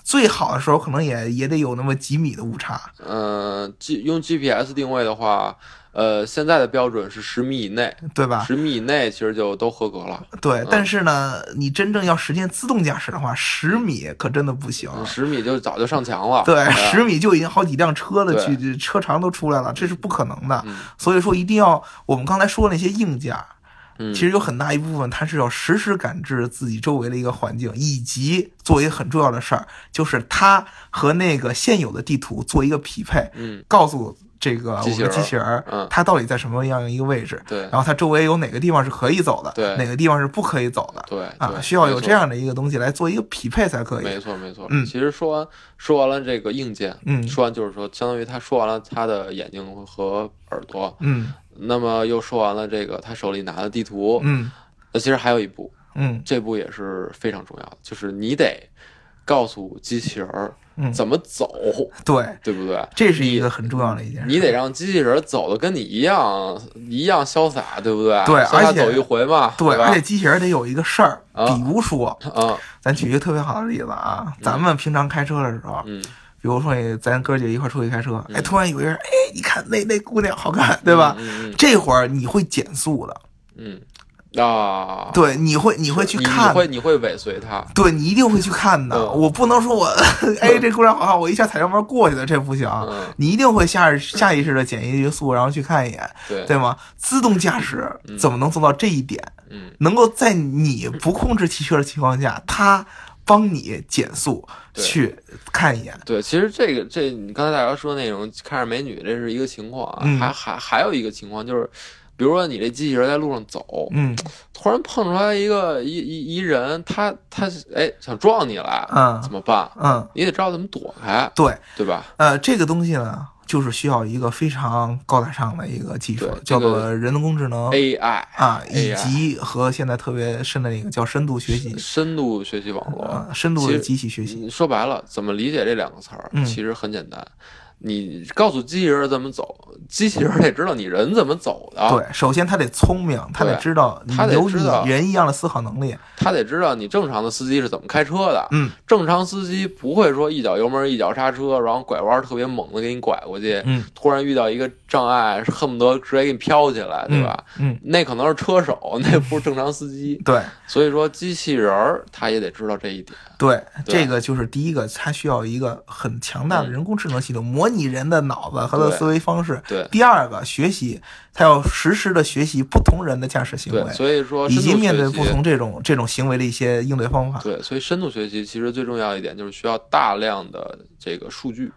Speaker 2: 最好的时候可能也也得有那么几米的误差。
Speaker 3: 嗯，G 用 GPS 定位的话，呃，现在的标准是十米以内，
Speaker 2: 对吧？
Speaker 3: 十米以内其实就都合格了。
Speaker 2: 对，但是呢，你真正要实现自动驾驶的话，十米可真的不行。
Speaker 3: 十米就早就上墙了，
Speaker 2: 啊对，
Speaker 3: 吧
Speaker 2: 十米就已经好几辆车了，
Speaker 3: 啊对
Speaker 2: 去车长都出来了，这是不可能的。所以说，一定要我们刚才说的那些硬件，
Speaker 3: 嗯
Speaker 2: 其实有很大一部分它是要实时感知自己周围的一个环境，以及做一个很重要的事儿，就是它和那个现有的地图做一个匹配，
Speaker 3: 嗯，
Speaker 2: 告诉这个我
Speaker 3: 机
Speaker 2: 们
Speaker 3: 器
Speaker 2: 的
Speaker 3: 人
Speaker 2: 机器人儿，
Speaker 3: 嗯
Speaker 2: 它到底在什么样一个位置，
Speaker 3: 对
Speaker 2: 然后它周围有哪个地方是可以走的，
Speaker 3: 对
Speaker 2: 哪个地方是不可以走的，
Speaker 3: 对
Speaker 2: 啊，
Speaker 3: 对
Speaker 2: 需要有
Speaker 3: 没错
Speaker 2: 这样的一个东西来做一个匹配才可以。
Speaker 3: 没错，没错。
Speaker 2: 嗯
Speaker 3: 其实说完说完了这个硬件，
Speaker 2: 嗯
Speaker 3: 说完就是说，相当于他说完了他的眼睛和耳朵，
Speaker 2: 嗯
Speaker 3: 那么又说完了这个他手里拿的地图，
Speaker 2: 嗯
Speaker 3: 那其实还有一步，
Speaker 2: 嗯
Speaker 3: 这步也是非常重要的，就是你得告诉机器人儿
Speaker 2: 嗯，
Speaker 3: 怎么走，
Speaker 2: 对，
Speaker 3: 对不对？
Speaker 2: 这是一个很重要的一件事。
Speaker 3: 你得让机器人儿走的跟你一样一样潇洒，对不对？
Speaker 2: 对
Speaker 3: 潇洒
Speaker 2: 而且
Speaker 3: 走一回嘛，
Speaker 2: 对，
Speaker 3: 吧
Speaker 2: 而且？机器人得有一个事儿，
Speaker 3: 啊
Speaker 2: 比如说，
Speaker 3: 嗯
Speaker 2: 咱举一个特别好的例子啊，咱们平常开车的时候，
Speaker 3: 嗯，
Speaker 2: 比如说你咱哥儿几个一块儿出去开车，哎，突然有一个人，哎，你看那那姑娘好看，对吧？
Speaker 3: 嗯
Speaker 2: 这会儿你会减速的，
Speaker 3: 嗯嗯啊，
Speaker 2: 对，你会你会去
Speaker 3: 你
Speaker 2: 看
Speaker 3: 你会你会尾随他，
Speaker 2: 对你一定会去看的，
Speaker 3: 嗯
Speaker 2: 我不能说 我，哎，这姑娘好看，我一下踩油门过去的，这不行。
Speaker 3: 嗯
Speaker 2: 你一定会下意下意识的减一速，然后去看一眼，
Speaker 3: 对
Speaker 2: 对吗？自动驾驶怎么能做到这一点？
Speaker 3: 嗯，
Speaker 2: 能够在你不控制汽车的情况下，它帮你减速
Speaker 3: 对
Speaker 2: 去看一眼。
Speaker 3: 对，其实这个这你刚才大家说那种看着美女，这是一个情况啊，
Speaker 2: 嗯
Speaker 3: 还还还有一个情况就是，比如说你这机器人在路上走，
Speaker 2: 嗯
Speaker 3: 突然碰出来一个一一一人，他他哎想撞你来，
Speaker 2: 嗯
Speaker 3: 怎么办？
Speaker 2: 嗯，
Speaker 3: 你得知道怎么躲开，
Speaker 2: 对，
Speaker 3: 对吧？
Speaker 2: 呃，这个东西呢，就是需要一个非常高大上的一个技术
Speaker 3: 对，
Speaker 2: 叫
Speaker 3: 这
Speaker 2: 做
Speaker 3: 个
Speaker 2: 人工智能
Speaker 3: AI
Speaker 2: 啊，以
Speaker 3: AI
Speaker 2: 及和现在特别深的那个叫深度学习。
Speaker 3: 深度学习网络，
Speaker 2: 啊，深度的
Speaker 3: 其实
Speaker 2: 机器学习，
Speaker 3: 嗯说白了，怎么理解这两个词儿？
Speaker 2: 嗯
Speaker 3: 其实很简单，你告诉机器人怎么走，机器人得知道你人怎么走的，
Speaker 2: 对，首先他得聪明，他得
Speaker 3: 嗯对
Speaker 2: 知道你
Speaker 3: 他得
Speaker 2: 有
Speaker 3: 知道
Speaker 2: 你人一样的思考能力。
Speaker 3: 他得知道你正常的司机是怎么开车的。
Speaker 2: 嗯
Speaker 3: 正常司机不会说一脚油门一脚刹车，然后拐弯特别猛的给你拐过去，
Speaker 2: 嗯，
Speaker 3: 突然遇到一个障碍，恨不得直接给你飘起来，对吧？
Speaker 2: 嗯，
Speaker 3: 那可能是车手，那不是正常司机。
Speaker 2: 对
Speaker 3: 所以说，机器人儿他也得知道这一点。
Speaker 2: 对，
Speaker 3: 对啊
Speaker 2: 这个就是第一个，它需要一个很强大的
Speaker 3: 嗯
Speaker 2: 人工智能系统，模拟人的脑子和他的
Speaker 3: 对
Speaker 2: 思维方式。
Speaker 3: 对
Speaker 2: 第二个，学习，它要实时的学习不同人的驾驶行
Speaker 3: 对，
Speaker 2: 为，
Speaker 3: 所以说
Speaker 2: 以
Speaker 3: 深
Speaker 2: 及
Speaker 3: 度
Speaker 2: 面对
Speaker 3: 学习
Speaker 2: 不同这种这种行为的一些应对方法。
Speaker 3: 对，所以深度学习其实最重要一点就是需要大量的这个数据，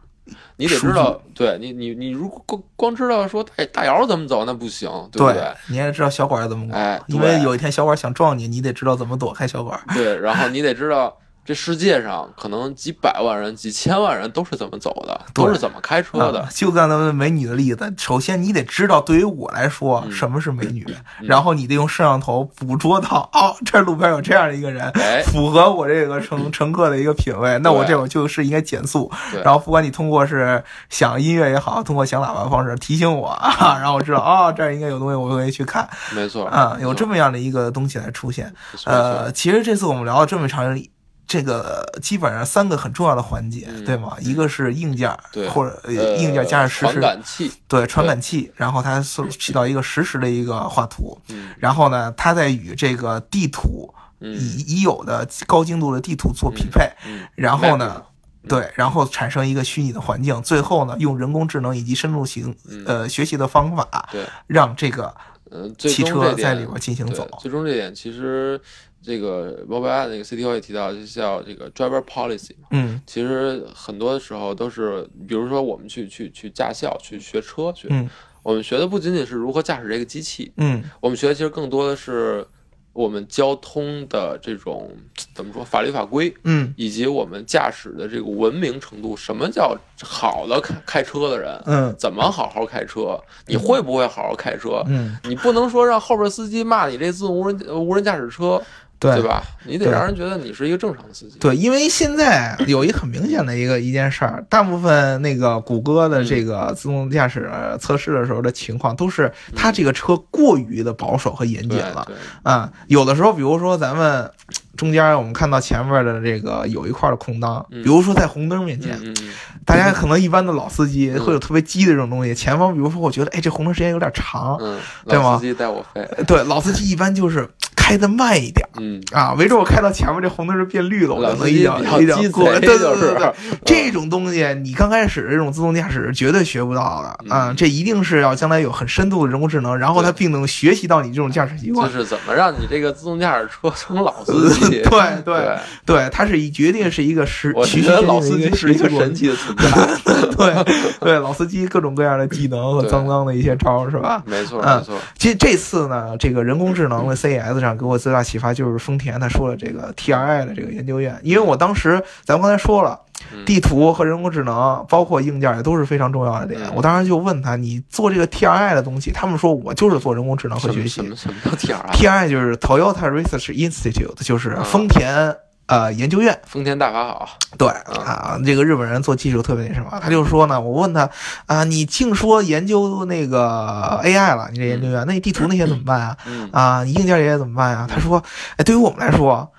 Speaker 3: 你得知道，对你你你如果光光知道说哎大大姚怎么走那不行，对不对？
Speaker 2: 你也知道小管儿怎么管，
Speaker 3: 哎
Speaker 2: 因为
Speaker 3: 对
Speaker 2: 有一天小管儿想撞你，你得知道怎么躲开小管儿。
Speaker 3: 对然后你得知道这世界上可能几百万人、几千万人都是怎么走的，
Speaker 2: 对
Speaker 3: 都是怎么开车的
Speaker 2: 啊，就刚才那美女的例子，首先你得知道对于我来说
Speaker 3: 嗯
Speaker 2: 什么是美女，然后你得用摄像头捕捉到，哦，这路边有这样的一个 人，
Speaker 3: 哎
Speaker 2: 符合我这个乘乘客的一个品味，那我
Speaker 3: 对
Speaker 2: 这会儿就是应该减速。
Speaker 3: 对
Speaker 2: 然后不管你通过是响音乐也好，通过响喇叭方式提醒我 啊，然后我知道哦，这儿应该有东西，我可以去看
Speaker 3: 没错，
Speaker 2: 啊，有这
Speaker 3: 么
Speaker 2: 么样的一个东西来出现。呃，其实这次我们聊了这么长，这个基本上三个很重要的环节，
Speaker 3: 嗯
Speaker 2: 对吗？一个是硬件儿，
Speaker 3: 对
Speaker 2: 或者、呃
Speaker 3: 呃
Speaker 2: 硬件加上实
Speaker 3: 传
Speaker 2: 时，
Speaker 3: 感器，
Speaker 2: 对传感器，然后它所起到一个实时的一个画图，
Speaker 3: 嗯
Speaker 2: 然后呢，它再与这个地图
Speaker 3: 嗯
Speaker 2: 已已有的高精度的地图做匹配，
Speaker 3: 嗯，
Speaker 2: 然后呢
Speaker 3: Map，
Speaker 2: 对，然后产生一个虚拟的环境，最后呢，用人工智能以及深度型
Speaker 3: 嗯
Speaker 2: 呃学习的方法，
Speaker 3: 对，
Speaker 2: 让这个
Speaker 3: 嗯，最
Speaker 2: 汽
Speaker 3: 终这
Speaker 2: 车在
Speaker 3: 点
Speaker 2: 里边进行
Speaker 3: 对，
Speaker 2: 走。
Speaker 3: 最终这点其实这个 Mobile App 那个 CTO 也提到，就叫这个 Driver Policy 嘛。
Speaker 2: 嗯
Speaker 3: 其实很多时候都是，比如说我们去去去驾校去学车去，
Speaker 2: 嗯
Speaker 3: 我们学的不仅仅是如何驾驶这个机器，
Speaker 2: 嗯
Speaker 3: 我们学的其实更多的是我们交通的这种怎么说法律法规，
Speaker 2: 嗯
Speaker 3: 以及我们驾驶的这个文明程度，什么叫好的开开车的人？
Speaker 2: 嗯
Speaker 3: 怎么好好开车？你会不会好好开车？
Speaker 2: 嗯，
Speaker 3: 你不能说让后边司机骂你这自动无人呃无人驾驶车，
Speaker 2: 对
Speaker 3: 对吧？你得
Speaker 2: 对
Speaker 3: 让人觉得你是一个正常的司机。
Speaker 2: 对，因为现在有一很明显的一个一件事儿，大部分那个谷歌
Speaker 3: 嗯
Speaker 2: 的这个自动驾驶呃测试的时候的情况，都是它这个车过于的保守和严谨
Speaker 3: 嗯对
Speaker 2: 了。
Speaker 3: 对
Speaker 2: 啊、有的时候，比如说咱们中间我们看到前面的这个有一块的空档，比如说在红灯面前，
Speaker 3: 嗯嗯嗯嗯
Speaker 2: 大家可能一般的老司机会有特别鸡的这种东西。前方比如说我觉得，哎，这红灯时间有点长，
Speaker 3: 嗯，
Speaker 2: 对吗
Speaker 3: 老司机带我飞，
Speaker 2: 对，老司机一般就是开的慢一点。
Speaker 3: 嗯，
Speaker 2: 啊，围着我开到前面，这红灯就变绿了，我
Speaker 3: 老
Speaker 2: 就能
Speaker 3: 司
Speaker 2: 一
Speaker 3: 机
Speaker 2: 脚
Speaker 3: 比较
Speaker 2: 一脚
Speaker 3: 鸡
Speaker 2: 过来。
Speaker 3: 贼
Speaker 2: 对对
Speaker 3: 就
Speaker 2: 对
Speaker 3: 是嗯
Speaker 2: 对，这种东西你刚开始这种自动驾驶是绝对学不到的啊，
Speaker 3: 嗯
Speaker 2: 这一定是要将来有很深度的人工智能，然后它并能学习到你这种驾驶习
Speaker 3: 就
Speaker 2: 惯。
Speaker 3: 是怎么让你这个自动驾驶车成老司机？
Speaker 2: 对对
Speaker 3: 对，
Speaker 2: 对，它是一决定是一个实
Speaker 3: 我
Speaker 2: 循
Speaker 3: 觉
Speaker 2: 序
Speaker 3: 得
Speaker 2: 渐
Speaker 3: 老
Speaker 2: 进的
Speaker 3: 司
Speaker 2: 一
Speaker 3: 机
Speaker 2: 个
Speaker 3: 是
Speaker 2: 学
Speaker 3: 一
Speaker 2: 习
Speaker 3: 个
Speaker 2: 过程
Speaker 3: 神。奇的存在，
Speaker 2: 对对，老司机各种各样的技能和
Speaker 3: 对
Speaker 2: 脏脏的一些招儿是 吧？
Speaker 3: 没 错
Speaker 2: 嗯
Speaker 3: 没错，
Speaker 2: 其实这次呢，这个人工智 能的 CES 上给我最大启发就是丰田他说了这个 TRI 的这个研究院，因为我当时咱们刚才说了
Speaker 3: 嗯，
Speaker 2: 地图和人工智能包括硬件也都是非常重要的点。
Speaker 3: 嗯
Speaker 2: 我当时就问他，你做这个 TRI 的东西，他们说我就是做人工智能和
Speaker 3: 什
Speaker 2: 啊学
Speaker 3: 么
Speaker 2: 习
Speaker 3: 什。么什么叫 T R 啊？
Speaker 2: TRI 就是 Toyota Research Institute，就是
Speaker 3: 啊
Speaker 2: 丰田呃研究院。
Speaker 3: 丰田大法好，
Speaker 2: 对啊，这个日本人做技术特别那什么，他就说呢，我问他啊，你净说研究那个 AI 了，你这研究员，那你地图那些怎么办啊？
Speaker 3: 嗯
Speaker 2: 啊，硬件这些怎么办呀、他说，哎，对于我们来说，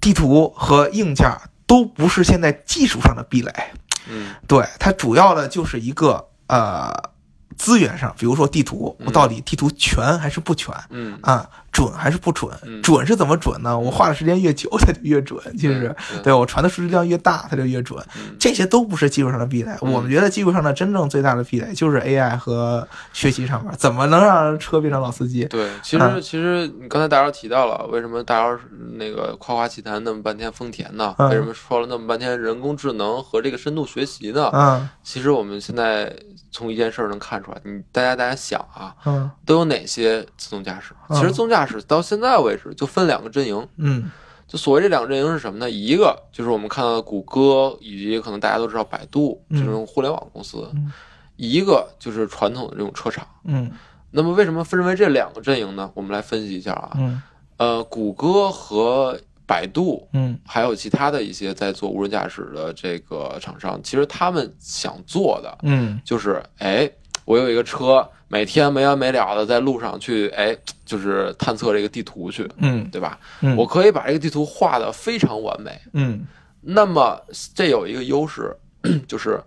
Speaker 2: 地图和硬件都不是现在技术上的壁垒，
Speaker 3: 嗯
Speaker 2: 对它主要的就是一个呃资源上，比如说地图，我到底地图全还是不全？
Speaker 3: 嗯，
Speaker 2: 啊，准还是不准？
Speaker 3: 嗯
Speaker 2: 准是怎么准呢？我画的时间越久，它就越准。其实，
Speaker 3: 嗯
Speaker 2: 对我传的数据量越大，它就越准。
Speaker 3: 嗯
Speaker 2: 这些都不是技术上的壁垒。我们觉得技术上的真正最大的壁垒就是 AI 和学习上面，怎么能让车变成老司机？
Speaker 3: 对，其
Speaker 2: 啊
Speaker 3: 实其实你刚才大姚提到了，为什么大姚那个夸夸其谈那么半天丰田呢？
Speaker 2: 嗯
Speaker 3: 为什么说了那么半天人工智能和这个深度学习呢？
Speaker 2: 嗯
Speaker 3: 其实我们现在从一件事儿能看出来，你大家大家想啊，
Speaker 2: 嗯
Speaker 3: 都有哪些自动驾驶？
Speaker 2: 嗯
Speaker 3: 其实自动驾驶到现在为止就分两个阵营，
Speaker 2: 嗯
Speaker 3: 就所谓这两个阵营是什么呢？一个就是我们看到的谷歌以及可能大家都知道百度
Speaker 2: 嗯
Speaker 3: 这种互联网公司，
Speaker 2: 嗯
Speaker 3: 一个就是传统的这种车厂。
Speaker 2: 嗯
Speaker 3: 那么为什么分为这两个阵营呢？我们来分析一下啊。
Speaker 2: 嗯
Speaker 3: 呃，谷歌和百度，
Speaker 2: 嗯
Speaker 3: 还有其他的一些在做无人驾驶的这个厂商，其实他们想做的
Speaker 2: 嗯
Speaker 3: 就是，哎，我有一个车，每天没完没了的在路上去，哎，就是探测这个地图去，
Speaker 2: 嗯
Speaker 3: 对吧？
Speaker 2: 嗯，
Speaker 3: 我可以把这个地图画的非常完美。
Speaker 2: 嗯
Speaker 3: 那么这有一个优势， 就是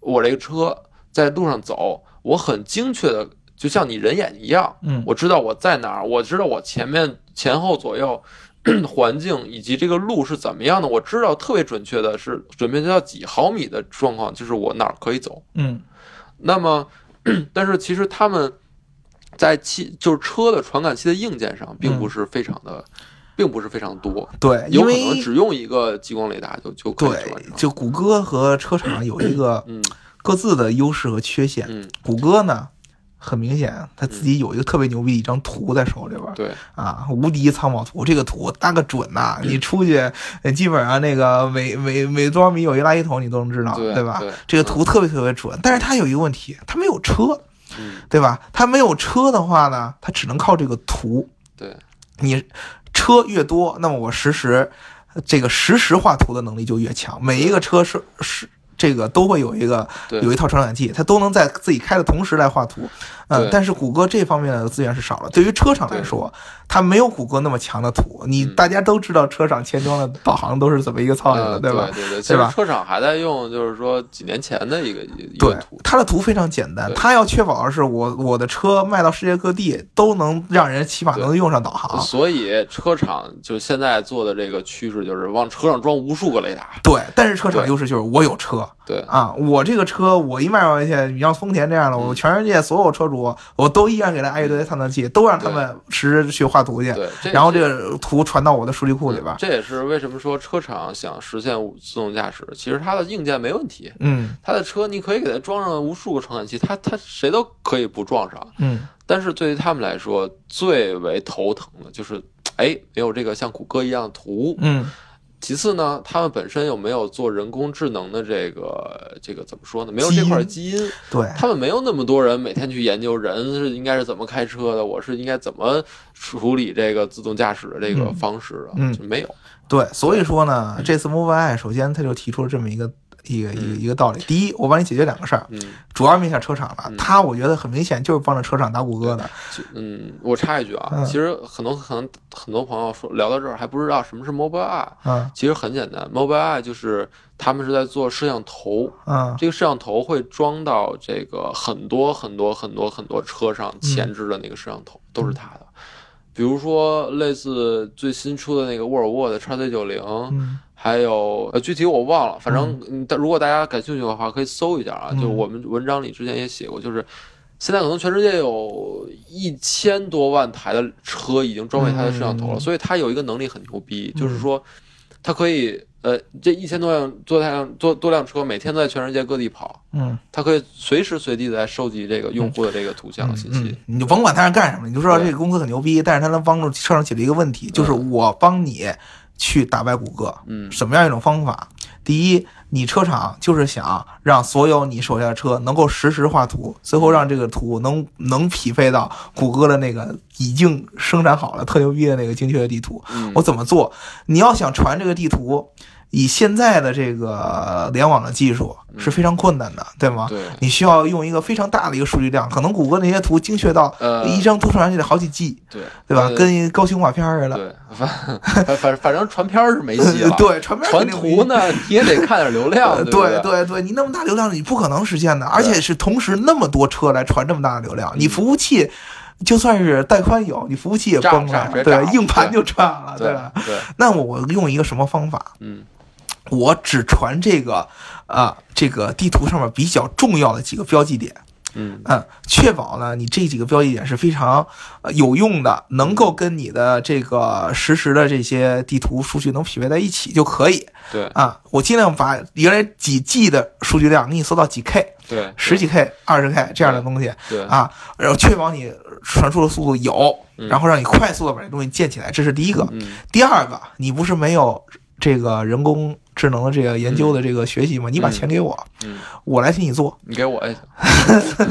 Speaker 3: 我这个车在路上走，我很精确的，就像你人眼一样，
Speaker 2: 嗯
Speaker 3: 我知道我在哪儿，我知道我前面前后左右 环境以及这个路是怎么样的，我知道特别准确的是准确到几毫米的状况，就是我哪儿可以走。
Speaker 2: 嗯
Speaker 3: 那么， 但是其实他们在汽就是车的传感器的硬件上，并不是非常的，并不是非常多。
Speaker 2: 对，嗯因
Speaker 3: 有可
Speaker 2: 为
Speaker 3: 能只用一个激光雷达就就可以
Speaker 2: 对
Speaker 3: 去完成。
Speaker 2: 就谷歌和车厂有一个
Speaker 3: 嗯
Speaker 2: 各自的优势和缺陷。
Speaker 3: 嗯，
Speaker 2: 谷歌呢，很明显他自己有一个特别牛逼的一张图在手里边儿
Speaker 3: 对，
Speaker 2: 啊，无敌藏宝图，这个图搭个准呐、你出去呃基本上那个每每每多少米有一垃圾桶，你都能知道，
Speaker 3: 对
Speaker 2: 啊吧
Speaker 3: 对？
Speaker 2: 这个图特别特别准，但是它有一个问题，它没有车，
Speaker 3: 嗯
Speaker 2: 对吧？它没有车的话呢，它只能靠这个图。
Speaker 3: 对，
Speaker 2: 你车越多，那么我实时这个实时画图的能力就越强。每一个车是是这个都会有一个
Speaker 3: 对
Speaker 2: 有一套传感器，它都能在自己开的同时来画图。嗯
Speaker 3: 对，
Speaker 2: 但是谷歌这方面的资源是少了。对于车厂来说，它没有谷歌那么强的图。你大家都知道车厂前装的导航都是怎么一个操作的，
Speaker 3: 嗯呃对
Speaker 2: 吧？
Speaker 3: 对对，其
Speaker 2: 对
Speaker 3: 实
Speaker 2: 吧
Speaker 3: 车厂还在用，就是说几年前的一个一一
Speaker 2: 对
Speaker 3: 个图，，
Speaker 2: 它的图非常简单，
Speaker 3: 对
Speaker 2: 它要确保的是我我的车卖到世界各地都能让人起码
Speaker 3: 对
Speaker 2: 能用上导航。
Speaker 3: 所以车厂就现在做的这个趋势就是往车上装无数个雷达。
Speaker 2: 对，但是车厂
Speaker 3: 对
Speaker 2: 优势就是我有车，
Speaker 3: 对
Speaker 2: 啊，我这个车我一卖出去，你像丰田这样的，
Speaker 3: 嗯
Speaker 2: 我全世界所有车主，我都依然给他挨一堆探测器，都让他们实时去画图去，
Speaker 3: 对，
Speaker 2: 然后这个图传到我的数据库里边
Speaker 3: 嗯。这也是为什么说车厂想实现自动驾驶，其实它的硬件没问题。
Speaker 2: 嗯
Speaker 3: 它的车，你可以给它装上无数个传感器，它它谁都可以不撞上，
Speaker 2: 嗯
Speaker 3: 但是对于他们来说，最为头疼的就是，哎，没有这个像谷歌一样的图。
Speaker 2: 嗯
Speaker 3: 其次呢，他们本身有没有做人工智能的这个这个怎么说呢？没有这块基因，
Speaker 2: 对，
Speaker 3: 他们没有那么多人每天去研究人是应该是怎么开车的，我是应该怎么处理这个自动驾驶的这个方式啊，
Speaker 2: 嗯
Speaker 3: 就没有。
Speaker 2: 对，所以说呢，
Speaker 3: 嗯
Speaker 2: 这次 Move AI 首先他就提出了这么一个一个一个一个道理：第一，我帮你解决两个事儿，
Speaker 3: 嗯
Speaker 2: 主要面向车厂了
Speaker 3: 嗯。
Speaker 2: 他我觉得很明显就是帮着车厂打谷歌的。
Speaker 3: 就嗯，我插一句啊，
Speaker 2: 嗯
Speaker 3: 其实很多可能很多朋友说聊到这儿还不知道什么是 Mobile Eye，
Speaker 2: 嗯
Speaker 3: 其实很简单，Mobile Eye 就是他们是在做摄像头，
Speaker 2: 嗯
Speaker 3: 这个摄像头会装到这个很多很多很多很多车上前置的那个摄像头、都是它的，比如说类似最新出的那个沃尔沃的 XC 九零，
Speaker 2: 嗯
Speaker 3: 还有呃，具体我忘了，反正嗯，但如果大家感兴趣的话，可以搜一下啊。就是我们文章里之前也写过，就是现在可能全世界有一千多万台的车已经装备它的摄像头了，
Speaker 2: 嗯
Speaker 3: 所以它有一个能力很牛逼，就是说它可以呃，这一千多辆多辆多多辆车每天都在全世界各地跑，
Speaker 2: 嗯
Speaker 3: 它可以随时随地地来收集这个用户的这个图像的信息。
Speaker 2: 嗯，你就甭管他是干什么，你就知道这个公司很牛逼。但是他能帮助车厂解决一个问题，就是我帮你去打败谷歌。
Speaker 3: 嗯
Speaker 2: 什么样一种方法？第一，你车厂就是想让所有你手下的车能够实时画图，最后让这个图能能匹配到谷歌的那个已经生产好了特牛逼的那个精确的地图。
Speaker 3: 嗯
Speaker 2: 我怎么做？你要想传这个地图，以现在的这个联网的技术是
Speaker 3: 嗯
Speaker 2: 非常困难的，对吗？
Speaker 3: 对，
Speaker 2: 你需要用一个非常大的一个数据量，可能谷歌那些图精确到
Speaker 3: 呃，
Speaker 2: 一张图传上去得好几 G，
Speaker 3: 对
Speaker 2: 对吧？
Speaker 3: 呃
Speaker 2: 跟一个高清动画片儿似的。
Speaker 3: 对反 反反反正传片儿是没戏了。
Speaker 2: 对，传片儿
Speaker 3: 传
Speaker 2: 肯定
Speaker 3: 图呢，你也得看点流量，
Speaker 2: 呃
Speaker 3: 对
Speaker 2: 对
Speaker 3: 不对
Speaker 2: 对对，你那么大流量，你不可能实现的，而且是同时那么多车来传这么大的流
Speaker 3: 嗯
Speaker 2: 量，你服务器就算是带宽有，你服务器也崩
Speaker 3: 炸
Speaker 2: 了，
Speaker 3: 炸直接炸
Speaker 2: 对
Speaker 3: 了，
Speaker 2: 硬盘就炸了，对吧？
Speaker 3: 对，
Speaker 2: 那我我用一个什么方法？
Speaker 3: 嗯
Speaker 2: 我只传这个，啊，这个地图上面比较重要的几个标记点，
Speaker 3: 嗯
Speaker 2: 嗯，确保呢你这几个标记点是非常呃有用的，能够跟你的这个实时的这些地图数据能匹配在一起就可以
Speaker 3: 对
Speaker 2: 啊。我尽量把原来几 G 的数据量给你缩到几 K、
Speaker 3: 对，
Speaker 2: 十几 K、二十 K 这样的东西
Speaker 3: 对
Speaker 2: 啊，然后确保你传输的速度有，然后让你快速的把这东西建起来，这是第一个。
Speaker 3: 嗯
Speaker 2: 第二个，你不是没有这个人工智能的这个研究的这个学习吗？你把钱给我，
Speaker 3: 嗯，
Speaker 2: 我来替你做。
Speaker 3: 你给我也哎行，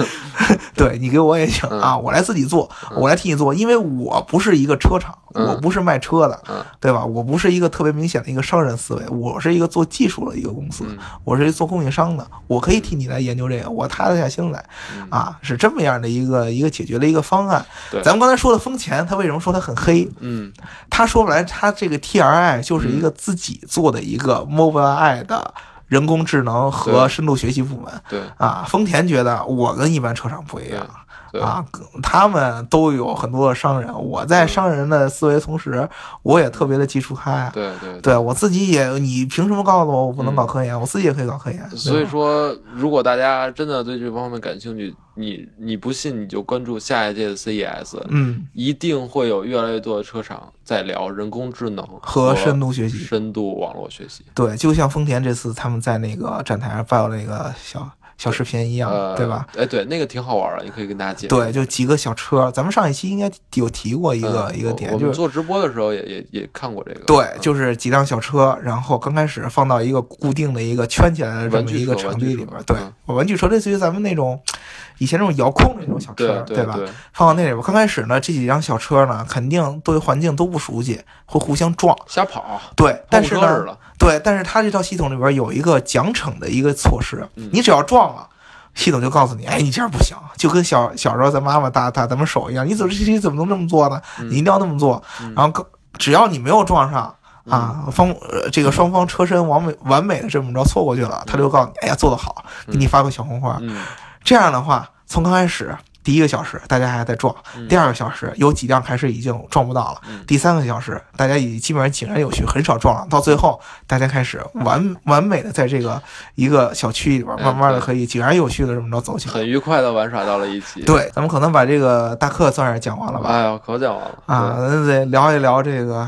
Speaker 2: 对你给我也行
Speaker 3: 嗯
Speaker 2: 啊，我来自己做，我来替你做，因为我不是一个车厂，
Speaker 3: 嗯
Speaker 2: 我不是卖车的
Speaker 3: 嗯，
Speaker 2: 对吧？我不是一个特别明显的一个商人思维，我是一个做技术的一个公司，
Speaker 3: 嗯
Speaker 2: 我是一个做供应商的，我可以替你来研究这个，我踏得下心来
Speaker 3: 嗯
Speaker 2: 啊，是这么样的一个一个解决的一个方案
Speaker 3: 对。
Speaker 2: 咱们刚才说的丰田，他为什么说他很黑？
Speaker 3: 嗯
Speaker 2: 他说白了，他这个 TRI 就是一个自己做的一个 Mobileye 的人工智能和
Speaker 3: 对
Speaker 2: 深度学习部门。
Speaker 3: 对
Speaker 2: 啊，丰田觉得我跟一般车厂不一样
Speaker 3: 对
Speaker 2: 啊，他们都有很多的商人，我
Speaker 3: 嗯
Speaker 2: 在商人的思维同时，我也特别的技术开啊。
Speaker 3: 对对嗯
Speaker 2: 对我自己也，你凭什么告诉我我不能搞科研？我自己也可以搞科研。对
Speaker 3: 所以
Speaker 2: 吧
Speaker 3: 说，如果大家真的对这方面感兴趣，你你不信你就关注下一届的 CES，
Speaker 2: 嗯，
Speaker 3: 一定会有越来越多的车厂在聊人工智能
Speaker 2: 和深度学习，嗯
Speaker 3: 深度网络学习，
Speaker 2: 对，就像丰田这次他们在那个展台上发的那个小小视频一样，
Speaker 3: 呃，
Speaker 2: 对吧？？
Speaker 3: 哎，对，那个挺好玩的，你可以跟大家解释。
Speaker 2: 对，就几个小车，咱们上一期应该有提过一
Speaker 3: 嗯，
Speaker 2: 个、一个
Speaker 3: 我
Speaker 2: 点，
Speaker 3: 我
Speaker 2: 就
Speaker 3: 们
Speaker 2: 是
Speaker 3: 做直播的时候也也也看过这个。
Speaker 2: 对，
Speaker 3: 嗯
Speaker 2: 就是几辆小车，然后刚开始放到一个固定的一个圈起来的这
Speaker 3: 玩
Speaker 2: 么
Speaker 3: 具
Speaker 2: 一个
Speaker 3: 车玩
Speaker 2: 场
Speaker 3: 具
Speaker 2: 地
Speaker 3: 车
Speaker 2: 里边儿。对
Speaker 3: 嗯，
Speaker 2: 玩具车类似于咱们那种以前那种遥控的那种小
Speaker 3: 对
Speaker 2: 车，
Speaker 3: 对
Speaker 2: 吧？放到那里边儿，刚开始呢，这几辆小车呢，肯定对环境都不熟悉，会互相撞。
Speaker 3: 瞎跑，
Speaker 2: 对，但是
Speaker 3: 碰车似
Speaker 2: 呢，
Speaker 3: 的，
Speaker 2: 对，但是它这套系统里边儿有一个奖惩的一个措施
Speaker 3: 嗯，
Speaker 2: 你只要撞了。系统就告诉你，哎，你这样不行，就跟小小时候咱妈妈打打咱们手一样，你怎么这这怎么能这么做呢？
Speaker 3: 嗯
Speaker 2: 你一定要那么做。
Speaker 3: 嗯
Speaker 2: 然后刚只要你没有撞上啊，方呃这个双方车身完美完美的这么着错过去了，他就告诉你，哎呀做得好，给你发个小红花。
Speaker 3: 嗯
Speaker 2: 这样的话，从刚开始第一个小时大家还在撞，
Speaker 3: 嗯
Speaker 2: 第二个小时有几辆开始已经撞不到了
Speaker 3: 嗯，
Speaker 2: 第三个小时大家已基本上井然有序，很少撞了。到最后，大家开始
Speaker 3: 嗯
Speaker 2: 完完美的在这个一个小区里边，
Speaker 3: 哎
Speaker 2: 慢慢的
Speaker 3: 对
Speaker 2: 可以井然有序的这么着走起来。
Speaker 3: 很愉快的玩耍到了一起。，
Speaker 2: 对，咱们可能把这个大课算是讲完了吧？
Speaker 3: 哎呦，可讲完了
Speaker 2: 啊，，那得聊一聊这个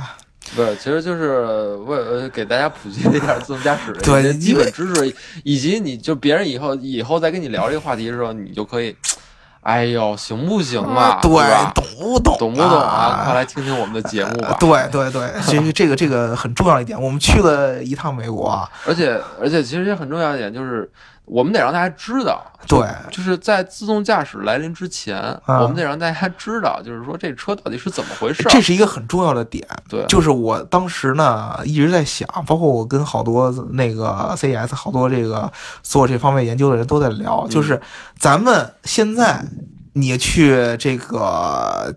Speaker 3: 对不是，其实就是为呃给大家普及一下自动驾驶的
Speaker 2: 对
Speaker 3: 一些基
Speaker 2: 因为
Speaker 3: 本知识，以及你就别人以后以后再跟你聊这个话题的时候，你就可以。哎呦，行不行啊？
Speaker 2: 对
Speaker 3: 吧，
Speaker 2: 懂不懂？
Speaker 3: 懂不懂啊？快来听听我们的节目吧。
Speaker 2: 对对对，其实这个这个很重要一点。我们去了一趟美国啊，
Speaker 3: 而且而且，其实也很重要一点就是，我们得让大家知道，
Speaker 2: 对
Speaker 3: 就是在自动驾驶来临之前，
Speaker 2: 啊
Speaker 3: 我们得让大家知道，就是说这车到底是怎么回事儿。
Speaker 2: 这是一个很重要的点。
Speaker 3: 对，
Speaker 2: 就是我当时呢一直在想，包括我跟好多那个 CES 好多这个做这方面研究的人都在
Speaker 3: 嗯
Speaker 2: 聊，就是咱们现在你去这个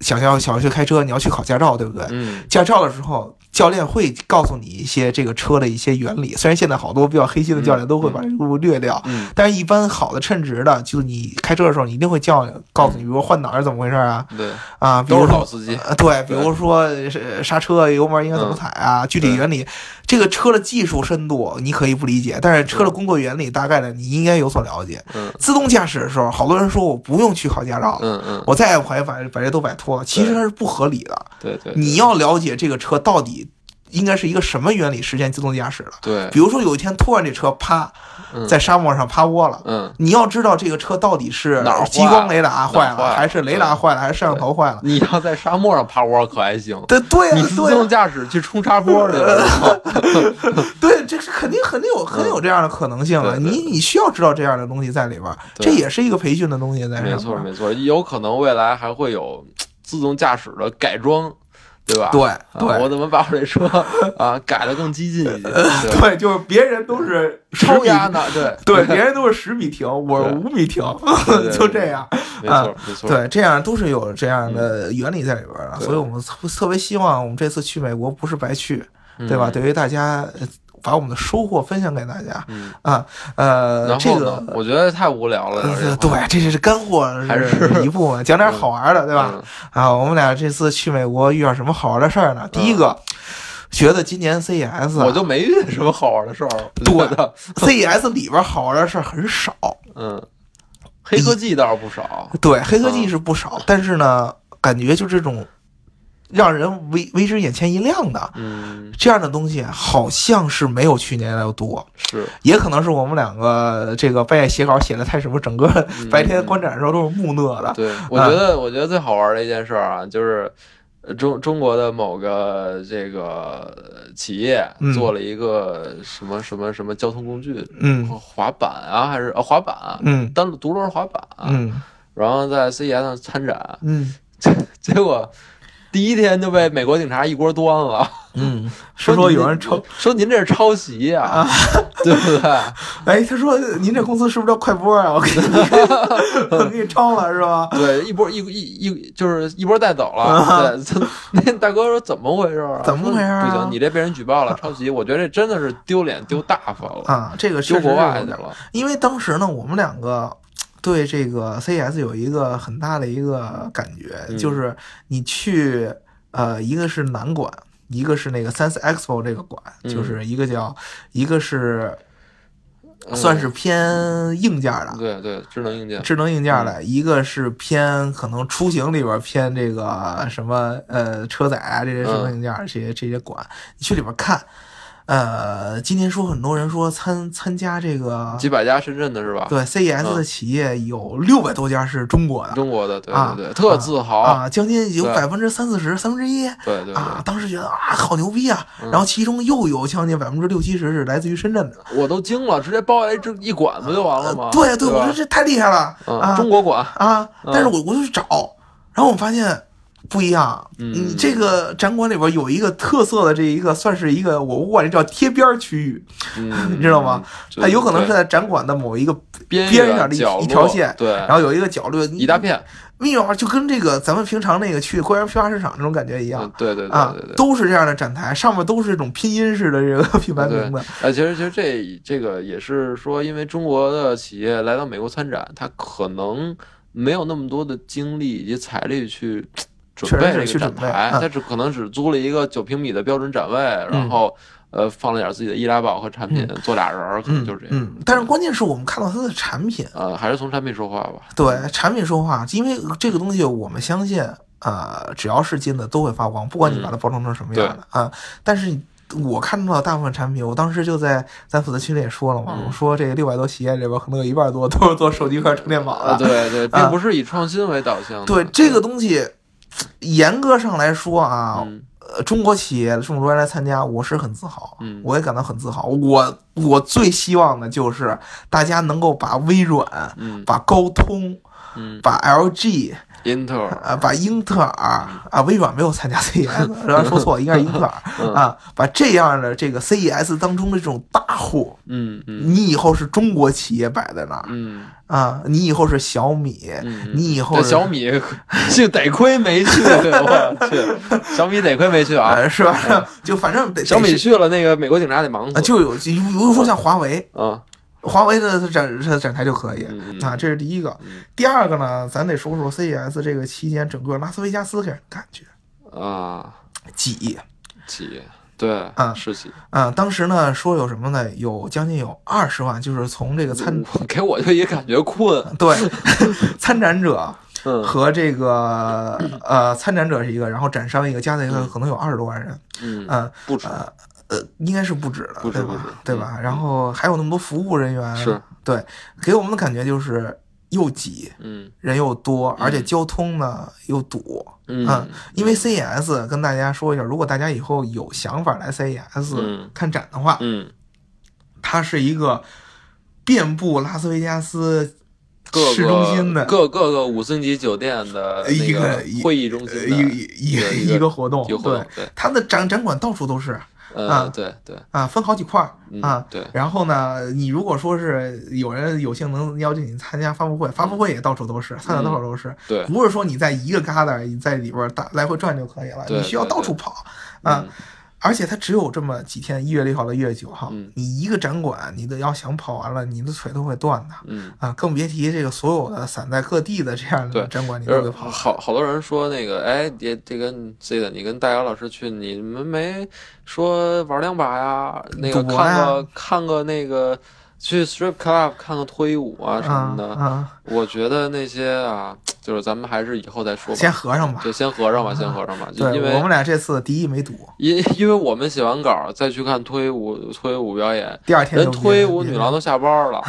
Speaker 2: 想要想要去开车，你要去考驾照，对不对？
Speaker 3: 嗯，
Speaker 2: 驾照的时候，教练会告诉你一些这个车的一些原理。虽然现在好多比较黑心的教练都会把这个部分略掉，
Speaker 3: 嗯
Speaker 2: 但是一般好的称职的，就是你开车的时候，你一定会教告诉你，比如说换挡是怎么回事啊，
Speaker 3: 对，
Speaker 2: 啊，比
Speaker 3: 嗯都
Speaker 2: 如
Speaker 3: 是
Speaker 2: 说
Speaker 3: 老司机。嗯
Speaker 2: 呃，对，比如说是刹车、油门应该怎么踩啊，具体原理，这个车的技术深度你可以不理解，但是车的工作原理大概呢，你应该有所了解。
Speaker 3: 嗯
Speaker 2: 自动驾驶的时候，好多人说我不用去考驾照，
Speaker 3: 嗯嗯，
Speaker 2: 我再也不怀把把这都摆脱了，其实它是不合理的。
Speaker 3: 对对，对
Speaker 2: 你要了解这个车到底应该是一个什么原理实现自动驾驶的。
Speaker 3: 对
Speaker 2: 比如说有一天突然这车啪
Speaker 3: 嗯
Speaker 2: 在沙漠上趴窝了，
Speaker 3: 嗯，
Speaker 2: 你要知道这个车到底是
Speaker 3: 哪儿坏了
Speaker 2: 激光雷达坏
Speaker 3: 哪儿坏
Speaker 2: 了，
Speaker 3: 了
Speaker 2: 还是雷达坏了，还是摄像头坏了。
Speaker 3: 你要在沙漠上趴窝可还行，
Speaker 2: 对对
Speaker 3: 你
Speaker 2: 啊，
Speaker 3: 自
Speaker 2: 对啊
Speaker 3: 动驾驶去冲沙坡去了，
Speaker 2: 对，这是肯定肯定有很有这样的可能性了。
Speaker 3: 嗯对对
Speaker 2: 你你需要知道这样的东西在里边儿，
Speaker 3: 对
Speaker 2: 这也是一个培训的东西在里边
Speaker 3: 没
Speaker 2: 儿。
Speaker 3: 错没错，有可能未来还会有自动驾驶的改装，对吧？
Speaker 2: 对
Speaker 3: 啊
Speaker 2: 对
Speaker 3: 我怎么把我这车啊改的更激进一些？对吧
Speaker 2: 对，就是别人都 是十
Speaker 3: 超
Speaker 2: 米
Speaker 3: 压呢？对
Speaker 2: 对，别人都是十米停，我
Speaker 3: 对
Speaker 2: 是五米停
Speaker 3: 对 对，
Speaker 2: 就这样。啊
Speaker 3: 没错没错，嗯
Speaker 2: 对，这样都是有这样的原理在里边儿啊的，所以我们特特别希望我们这次去美国不是白去，
Speaker 3: 嗯
Speaker 2: 对吧？对于大家，呃把我们的收获分享给大家
Speaker 3: 嗯，
Speaker 2: 啊，呃，
Speaker 3: 然
Speaker 2: 这
Speaker 3: 后
Speaker 2: 个
Speaker 3: 呢？我觉得太无聊了，有
Speaker 2: 呃
Speaker 3: 点
Speaker 2: 对，这是干货，
Speaker 3: 还是
Speaker 2: 一部分，讲点好玩的，对吧？
Speaker 3: 嗯
Speaker 2: 啊，我们俩这次去美国遇到什么好玩的事儿呢？第一个，觉得今年 CES 啊
Speaker 3: 嗯我就没遇见什么好玩的事儿，我觉得
Speaker 2: CES 里边好玩的事儿很少，
Speaker 3: 嗯，黑科技倒是 不少，
Speaker 2: 对，黑科
Speaker 3: 嗯
Speaker 2: 技是不少，但是呢，感觉就这种让人为为之眼前一亮的
Speaker 3: 嗯，
Speaker 2: 这样的东西，好像是没有去年要多。
Speaker 3: 是
Speaker 2: 也可能是我们两个这个半夜写稿写的太什么，整个
Speaker 3: 嗯
Speaker 2: 白天观展的时候都是木讷的。
Speaker 3: 对，我觉得，我觉得最好玩的一件事儿啊，就是呃中中国的某个这个呃企业
Speaker 2: 嗯
Speaker 3: 做了一个什么什么什么交通工具，
Speaker 2: 嗯
Speaker 3: 滑板啊，还是呃滑板啊，
Speaker 2: 嗯
Speaker 3: 单独轮滑板啊，
Speaker 2: 嗯
Speaker 3: 然后在 CES 上参展，
Speaker 2: 嗯
Speaker 3: 结果。第一天就被美国警察一锅端了，
Speaker 2: 嗯，是说
Speaker 3: 您
Speaker 2: 有人抄？啊
Speaker 3: 说您这是抄袭呀、对不对？
Speaker 2: 哎，他说您这公司是不是叫快播啊？我给你， 我给你抄了是吧？
Speaker 3: 对，一波一一一就是一波带走了。对，这那大哥说怎么回事啊？
Speaker 2: 啊怎么回事啊
Speaker 3: 说不行，你这被人举报了，抄袭。我觉得这真的是丢脸丢大发了，
Speaker 2: 啊，这个
Speaker 3: 丢
Speaker 2: 确实
Speaker 3: 国外
Speaker 2: 是
Speaker 3: 去
Speaker 2: 有点
Speaker 3: 了。
Speaker 2: 因为当时呢，我们两个对这个 CES 有一个很大的一个感觉，
Speaker 3: 嗯
Speaker 2: 就是你去呃，一个是南馆，一个是那个 Sense Expo 这个馆，
Speaker 3: 嗯
Speaker 2: 就是一个叫一个是
Speaker 3: 嗯
Speaker 2: 算是偏硬件的。
Speaker 3: 对对，智能硬件。
Speaker 2: 智能硬件的，
Speaker 3: 嗯
Speaker 2: 一个是偏可能出行里边偏这个什么呃车载啊这些智
Speaker 3: 嗯
Speaker 2: 能硬件儿这些这些管，你去里边看。呃，今天说很多人说参参加这个
Speaker 3: 几百家深圳的是吧？
Speaker 2: 对 CES 的企业有六百多家是中国的
Speaker 3: 嗯中国的，对
Speaker 2: 啊
Speaker 3: 对对，特自豪。
Speaker 2: 啊，将近有
Speaker 3: 对
Speaker 2: 百分之三四十、三分之一
Speaker 3: 对
Speaker 2: 啊
Speaker 3: 对对，，嗯
Speaker 2: 当时觉得啊好牛逼啊，然后其中又有将近百分之六七十是来自于深圳的，
Speaker 3: 我都惊了，直接包下来一只一管不就完了吗？
Speaker 2: 呃对对，
Speaker 3: 对
Speaker 2: 我
Speaker 3: 吧，
Speaker 2: 说这太厉害了
Speaker 3: 嗯，
Speaker 2: 啊
Speaker 3: 中 国管，
Speaker 2: 啊，
Speaker 3: 嗯
Speaker 2: 但是我我就去找，然后我发现。不一样，
Speaker 3: 嗯
Speaker 2: 你这个展馆里边有一个特色的这一个，算是一个我我管这叫贴边儿区域，
Speaker 3: 嗯，
Speaker 2: 你知道吗？
Speaker 3: 就？
Speaker 2: 它有可能是
Speaker 3: 对
Speaker 2: 在展馆的某一个
Speaker 3: 边
Speaker 2: 边缘的一
Speaker 3: 角
Speaker 2: 一条
Speaker 3: 落
Speaker 2: 线
Speaker 3: 对，
Speaker 2: 然后有一个角落，你
Speaker 3: 啊一大片，
Speaker 2: 密码就跟这个咱们平常那个去公园批发市场那种感觉一样
Speaker 3: 嗯，对对对
Speaker 2: 啊
Speaker 3: 对对，。
Speaker 2: 都是这样的展台，上面都是这种拼音式的这个 品牌名字。
Speaker 3: 呃，其实其实这这个也是说，因为中国的企业来到美国参展，它可能没有那么多的精力以及财力去准
Speaker 2: 确实
Speaker 3: 备
Speaker 2: 是
Speaker 3: 这
Speaker 2: 去
Speaker 3: 个
Speaker 2: 准
Speaker 3: 展
Speaker 2: 备
Speaker 3: 台，
Speaker 2: 嗯
Speaker 3: 它只可能只租了一个九平米的标准展位，
Speaker 2: 嗯
Speaker 3: 然后呃放了点自己的易拉宝和产品，坐俩人儿，可能
Speaker 2: 嗯
Speaker 3: 就是这样。
Speaker 2: 嗯，但是关键是我们看到它的产品，
Speaker 3: 呃，还是从产品说话吧。
Speaker 2: 对产品说话，因为这个东西我们
Speaker 3: 嗯
Speaker 2: 相信，呃，只要是金的都会发光，不管你把它包装成什么样的啊。但是我看到的大部分产品，我当时就在咱粉丝群里也说了嘛，
Speaker 3: 嗯
Speaker 2: 我说这六百多企业里边，可能有一半多都是做手机壳充电宝
Speaker 3: 啊，
Speaker 2: 的。
Speaker 3: 对 对，
Speaker 2: 啊
Speaker 3: 并不是以创新为导向的。
Speaker 2: 对这个东西，严格上来说啊，
Speaker 3: 嗯
Speaker 2: 呃，中国企业这么多人来参加，我是很自豪，
Speaker 3: 嗯
Speaker 2: 我也感到很自豪。我我最希望的就是大家能够把微软、
Speaker 3: 嗯
Speaker 2: 把高通、
Speaker 3: 嗯
Speaker 2: 把 LG、
Speaker 3: 英特尔，
Speaker 2: 啊，把英特尔啊，微软没有参加 CES，刚才说错了，应该是英特
Speaker 3: 嗯
Speaker 2: 尔啊，把这样的这个 CES 当中的这种大户，
Speaker 3: 嗯嗯
Speaker 2: 你以后是中国企业摆在那儿
Speaker 3: 嗯
Speaker 2: 啊，你以后是小米，
Speaker 3: 嗯，
Speaker 2: 你以后
Speaker 3: 这
Speaker 2: 是
Speaker 3: 小米就得亏没去，我去，小米得亏没去啊，
Speaker 2: 呃是吧？就反正得
Speaker 3: 小
Speaker 2: 得
Speaker 3: 米
Speaker 2: 是
Speaker 3: 去了，那个美国警察得忙
Speaker 2: 啊，
Speaker 3: 死。
Speaker 2: 就有就比如说像华为，
Speaker 3: 啊，
Speaker 2: 华为的展它的展台就可以
Speaker 3: 嗯嗯
Speaker 2: 啊，这是第一个
Speaker 3: 嗯。
Speaker 2: 第二个呢，咱得说说 CES 这个期间整个拉斯维加斯给人感觉
Speaker 3: 啊，
Speaker 2: 挤
Speaker 3: 企对，
Speaker 2: 啊
Speaker 3: 是企，
Speaker 2: 啊，当时呢说有什么呢？有将近有二十万，就是从这个参
Speaker 3: 我给我就也感觉困，
Speaker 2: 对 参展者
Speaker 3: 嗯
Speaker 2: 和这个呃参展者是一个，然后展商一个，加在一块可能有二十多万人，
Speaker 3: 嗯，
Speaker 2: 嗯
Speaker 3: 不止，
Speaker 2: 呃呃，应该是不止的，
Speaker 3: 不止
Speaker 2: 对
Speaker 3: 不止嗯
Speaker 2: 吧？对吧？然后还有那么多服务人员，
Speaker 3: 是，
Speaker 2: 对，给我们的感觉就是又挤。
Speaker 3: 嗯
Speaker 2: 人又多，而且
Speaker 3: 嗯
Speaker 2: 交通呢又堵，
Speaker 3: 嗯，
Speaker 2: 啊因为 CES 跟大家说一下，如果大家以后有想法来 CES
Speaker 3: 嗯
Speaker 2: 看展的话，
Speaker 3: 嗯，
Speaker 2: 它是一个遍布拉斯维加斯
Speaker 3: 各个
Speaker 2: 市中心的哎
Speaker 3: 各各个五星级酒店的
Speaker 2: 一
Speaker 3: 那
Speaker 2: 个一
Speaker 3: 会议中心
Speaker 2: 呃
Speaker 3: 的
Speaker 2: 一一
Speaker 3: 一个
Speaker 2: 一一
Speaker 3: 一
Speaker 2: 个活动，
Speaker 3: 一个活
Speaker 2: 对
Speaker 3: 动，，对，
Speaker 2: 它的展展馆到处都是啊
Speaker 3: 呃，对对，
Speaker 2: 啊，分好几块儿
Speaker 3: 嗯
Speaker 2: 啊。
Speaker 3: 对，
Speaker 2: 然后呢，你如果说是有人有幸能邀请你参加发布会，发布会也到处都是，参展到处都是，
Speaker 3: 嗯对
Speaker 2: 不是说你在一个旮沓你在里边儿打来回转就可以了，
Speaker 3: 对
Speaker 2: 你需要
Speaker 3: 对
Speaker 2: 到
Speaker 3: 对
Speaker 2: 处跑啊。
Speaker 3: 嗯
Speaker 2: 而且它只有这么几天，一月六号到一月九号，
Speaker 3: 嗯
Speaker 2: 你一个展馆，你都要想跑完了，你的腿都会断的
Speaker 3: 嗯。
Speaker 2: 啊，更别提这个所有的散在各地的这样的
Speaker 3: 对
Speaker 2: 展馆，你
Speaker 3: 而
Speaker 2: 都得跑。
Speaker 3: 好好多人说那个，哎，这这个这个，你跟大姚老师去，你们没说玩两把呀？那个
Speaker 2: 赌博呀
Speaker 3: 看个看个那个，去 strip club 看个脱衣舞啊什
Speaker 2: 啊
Speaker 3: 么的。
Speaker 2: 啊，
Speaker 3: 我觉得那些啊，就是咱们还是以后再说
Speaker 2: 先
Speaker 3: 吧，
Speaker 2: 合上吧。
Speaker 3: 就先合上吧，先合上吧，就
Speaker 2: 对
Speaker 3: 因
Speaker 2: 我们
Speaker 3: 为
Speaker 2: 俩这次第一没赌，
Speaker 3: 因因为我们写完稿再去看脱衣舞脱衣舞表演。
Speaker 2: 第二天
Speaker 3: 人
Speaker 2: 就
Speaker 3: 脱衣
Speaker 2: 别
Speaker 3: 舞
Speaker 2: 别
Speaker 3: 女郎都下班了，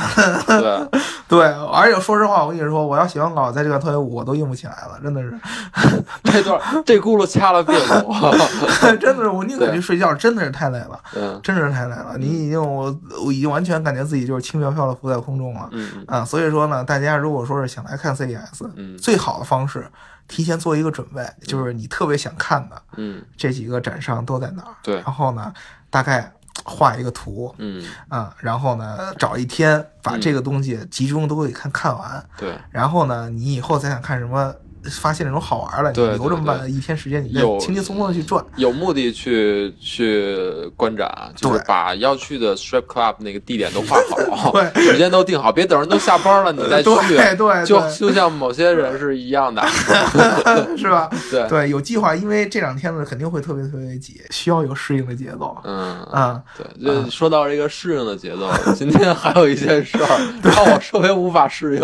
Speaker 3: 对，
Speaker 2: 对，而且说实话，我跟你说，我要写完稿在这个脱衣舞，我都硬不起来了，真的是，
Speaker 3: 这段这轱辘掐了别扭，
Speaker 2: 真的是，我宁可去睡觉，真的是太累了，
Speaker 3: 嗯
Speaker 2: 真的是太累了。你已经我我已经完全感觉自己就是轻飘飘的浮在空中了
Speaker 3: 嗯
Speaker 2: 啊！所以说呢，大家如果说是想来看 CES，
Speaker 3: 嗯
Speaker 2: 最好的方式，提前做一个准备，就是你特别想看的
Speaker 3: 嗯
Speaker 2: 这几个展商都在哪儿，
Speaker 3: 对
Speaker 2: 然后呢，大概画一个图
Speaker 3: 嗯，
Speaker 2: 啊，然后呢，找一天把这个东西集中都给看看完。
Speaker 3: 对。
Speaker 2: 然后呢，你以后再想看什么，发现那种好玩的，你
Speaker 3: 对
Speaker 2: 留这么
Speaker 3: 对
Speaker 2: 半一天时间，你再
Speaker 3: 有
Speaker 2: 轻轻松松的去转。
Speaker 3: 有目的去去观展，就是
Speaker 2: 对，
Speaker 3: 把要去的 strip club 那个地点都画好
Speaker 2: 对
Speaker 3: 时间都定好，别等人都下班了你再
Speaker 2: 对对
Speaker 3: 去。
Speaker 2: 对，
Speaker 3: 就就像某些人是一样的，
Speaker 2: 是吧？
Speaker 3: 对，
Speaker 2: 对，有计划，因为这两天呢肯定会特别特别挤，需要有适应的节奏。
Speaker 3: 嗯，
Speaker 2: 啊，
Speaker 3: 对，就说到这个适应的节奏， 今天还有一件 事儿让我特别无法适应，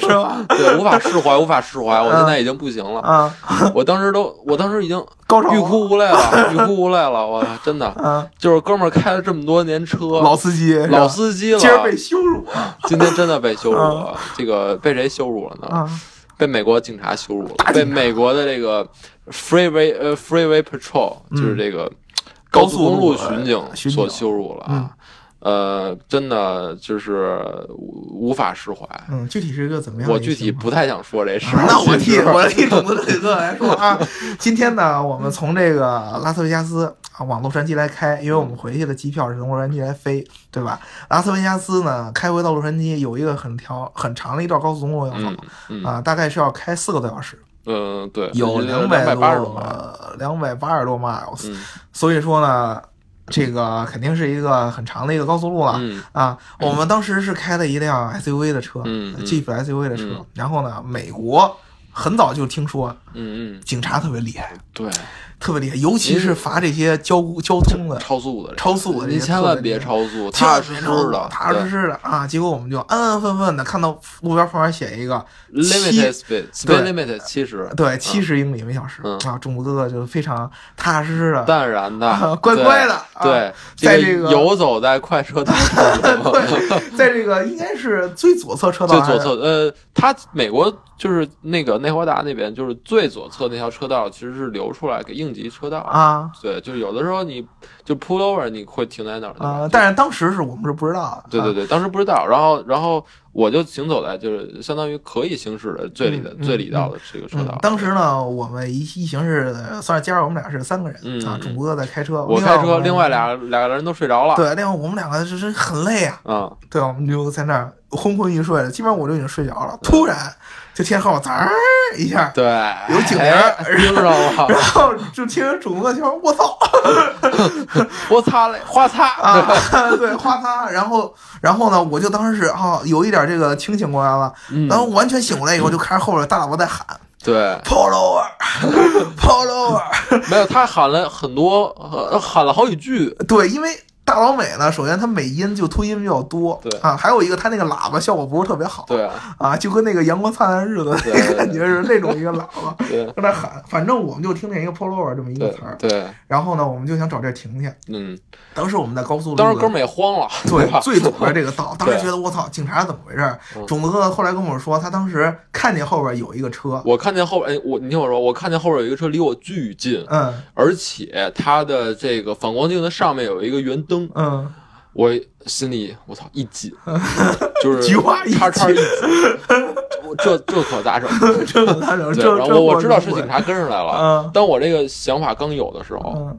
Speaker 2: 是吧？
Speaker 3: 对，无法释怀，无法释怀，我现在已经不行了，
Speaker 2: 啊，
Speaker 3: 我当时都，我当时已经
Speaker 2: 高潮
Speaker 3: 欲哭无泪了，欲哭无泪了，我真的
Speaker 2: 啊，
Speaker 3: 就是哥们儿开了这么多年车，
Speaker 2: 老司机，
Speaker 3: 老司机了，
Speaker 2: 今儿被羞辱
Speaker 3: 今天真的被羞辱
Speaker 2: 嗯
Speaker 3: 了，这个被谁羞辱了呢？
Speaker 2: 啊！
Speaker 3: 被美国警察羞辱了，被美国的这个 freeway 呃 freeway patrol 就是这个
Speaker 2: 嗯高
Speaker 3: 高
Speaker 2: 速
Speaker 3: 速
Speaker 2: 公
Speaker 3: 公
Speaker 2: 路
Speaker 3: 路巡
Speaker 2: 呃
Speaker 3: 警
Speaker 2: 巡警
Speaker 3: 所羞辱了啊！呃，真的就是无无法释怀。
Speaker 2: 嗯，具体是一个怎么样的
Speaker 3: 我
Speaker 2: 一个
Speaker 3: 具体
Speaker 2: 情况？
Speaker 3: 不太想说这事 儿。
Speaker 2: 那我
Speaker 3: 其
Speaker 2: 替
Speaker 3: 实
Speaker 2: 我替种子这个来说啊，今天呢，我们从这个拉斯维加斯啊往洛杉矶来开，因为我们回去的机票是从洛杉矶来飞，对吧？拉斯维加斯呢，开回到洛杉矶有一个很条很长的一段高速公路要
Speaker 3: 嗯
Speaker 2: 走
Speaker 3: 嗯
Speaker 2: 啊，大概是要开四个多小时，
Speaker 3: 嗯对，
Speaker 2: 有
Speaker 3: 两
Speaker 2: 百
Speaker 3: 百八十多吧。
Speaker 2: 多两百八十多 miles，
Speaker 3: 嗯
Speaker 2: 所以说呢，这个肯定是一个很长的一个高速路了。
Speaker 3: 嗯
Speaker 2: 啊，我们当时是开了一辆 SUV 的车
Speaker 3: 嗯嗯
Speaker 2: ，Jeep SUV 的车
Speaker 3: 嗯。
Speaker 2: 然后呢，美国很早就听说
Speaker 3: 嗯嗯，
Speaker 2: 警察特别厉害，
Speaker 3: 对，
Speaker 2: 特别厉害，尤其是罚这些交交通的，
Speaker 3: 超速的人，
Speaker 2: 超速的人
Speaker 3: 您千万别超速，踏踏实实的，
Speaker 2: 踏踏实
Speaker 3: 实
Speaker 2: 实的啊！结果我们就安安分分的看到路标旁边写一个七
Speaker 3: ，limited speed，speed
Speaker 2: 对
Speaker 3: limit 七十，
Speaker 2: 对七十英里每小时
Speaker 3: 嗯
Speaker 2: 啊！种子哥哥就非常踏踏实实的，
Speaker 3: 淡然的，
Speaker 2: 乖乖的
Speaker 3: 对，
Speaker 2: 啊
Speaker 3: 对
Speaker 2: 在
Speaker 3: 这
Speaker 2: 这个
Speaker 3: 游走在快车道上，
Speaker 2: 对，在这个应该是最左侧车道，
Speaker 3: 最左侧，呃，它美国就是那个内华达那边，就是最左侧那条车道其实是留出来给应急车道。
Speaker 2: 啊
Speaker 3: 对，就是有的时候你就 pull over，你会停在那儿。对吧
Speaker 2: 啊！但是当时是我们是不知道的，
Speaker 3: 对对
Speaker 2: 啊，
Speaker 3: 对，当时不知道，然后然后我就行走在就是相当于可以行驶的最里的、
Speaker 2: 嗯嗯
Speaker 3: 最里道的这个车道。
Speaker 2: 嗯，当时呢，我们一一行是算是加上我们俩是三个人
Speaker 3: 嗯
Speaker 2: 啊，种子哥在开车，
Speaker 3: 我开车，
Speaker 2: 另
Speaker 3: 另外俩俩人都睡着了。
Speaker 2: 对，另外我们两个就是很累啊，
Speaker 3: 嗯，
Speaker 2: 对，我们就在那儿昏昏欲睡了，基本上我就已经睡
Speaker 3: 嗯
Speaker 2: 着了。突然就听后砸儿一下，
Speaker 3: 对，
Speaker 2: 有警铃
Speaker 3: 哎听着
Speaker 2: 然
Speaker 3: 了，
Speaker 2: 后就听种子就说：“我 操
Speaker 3: 我擦嘞，花擦。
Speaker 2: 啊！”对，哗嚓。然后，然后呢，我就当时是啊，有一点这个清醒过来了，
Speaker 3: 嗯
Speaker 2: 然后完全醒过来以后，就看着后边大喇叭在喊
Speaker 3: 对，
Speaker 2: ：“Pull over，Pull over。
Speaker 3: 没有，他喊了很多，呃喊了好几句。”
Speaker 2: 对，因为。大老美呢，首先它美音就推音比较多，
Speaker 3: 对
Speaker 2: 啊，还有一个它那个喇叭效果不是特别好，
Speaker 3: 对啊，
Speaker 2: 啊，就跟那个阳光灿烂的日子
Speaker 3: 对
Speaker 2: 那感觉是那种一个喇叭，
Speaker 3: 对
Speaker 2: 在那喊，反正我们就听见一个 pullover 这么一个
Speaker 3: 对
Speaker 2: 词儿，
Speaker 3: 对，
Speaker 2: 然后呢，我们就想找地儿停去。
Speaker 3: 嗯，
Speaker 2: 当时我们在高速路的，
Speaker 3: 当时哥们儿也慌了，对吧
Speaker 2: 对？ 最左边这个道，当时
Speaker 3: 对
Speaker 2: 觉得我操，警察怎么回事儿
Speaker 3: 嗯？
Speaker 2: 种子哥后来跟我说，他当时看见后边有一个车，
Speaker 3: 我看见后边，哎，我你听我说，我看见后边有一个车离我巨近，
Speaker 2: 嗯
Speaker 3: 而且它的这个反光镜的上面有一个圆灯，
Speaker 2: 嗯，
Speaker 3: 我心里我操一紧，就是
Speaker 2: 菊花一紧
Speaker 3: 叉 叉一紧，我这这可咋整？
Speaker 2: 这个他这
Speaker 3: 对，
Speaker 2: 这
Speaker 3: 然
Speaker 2: 这
Speaker 3: 后我
Speaker 2: 货
Speaker 3: 我知道
Speaker 2: 是
Speaker 3: 是警察跟上来了
Speaker 2: 嗯，
Speaker 3: 当我这个想法刚有的时候，
Speaker 2: 嗯。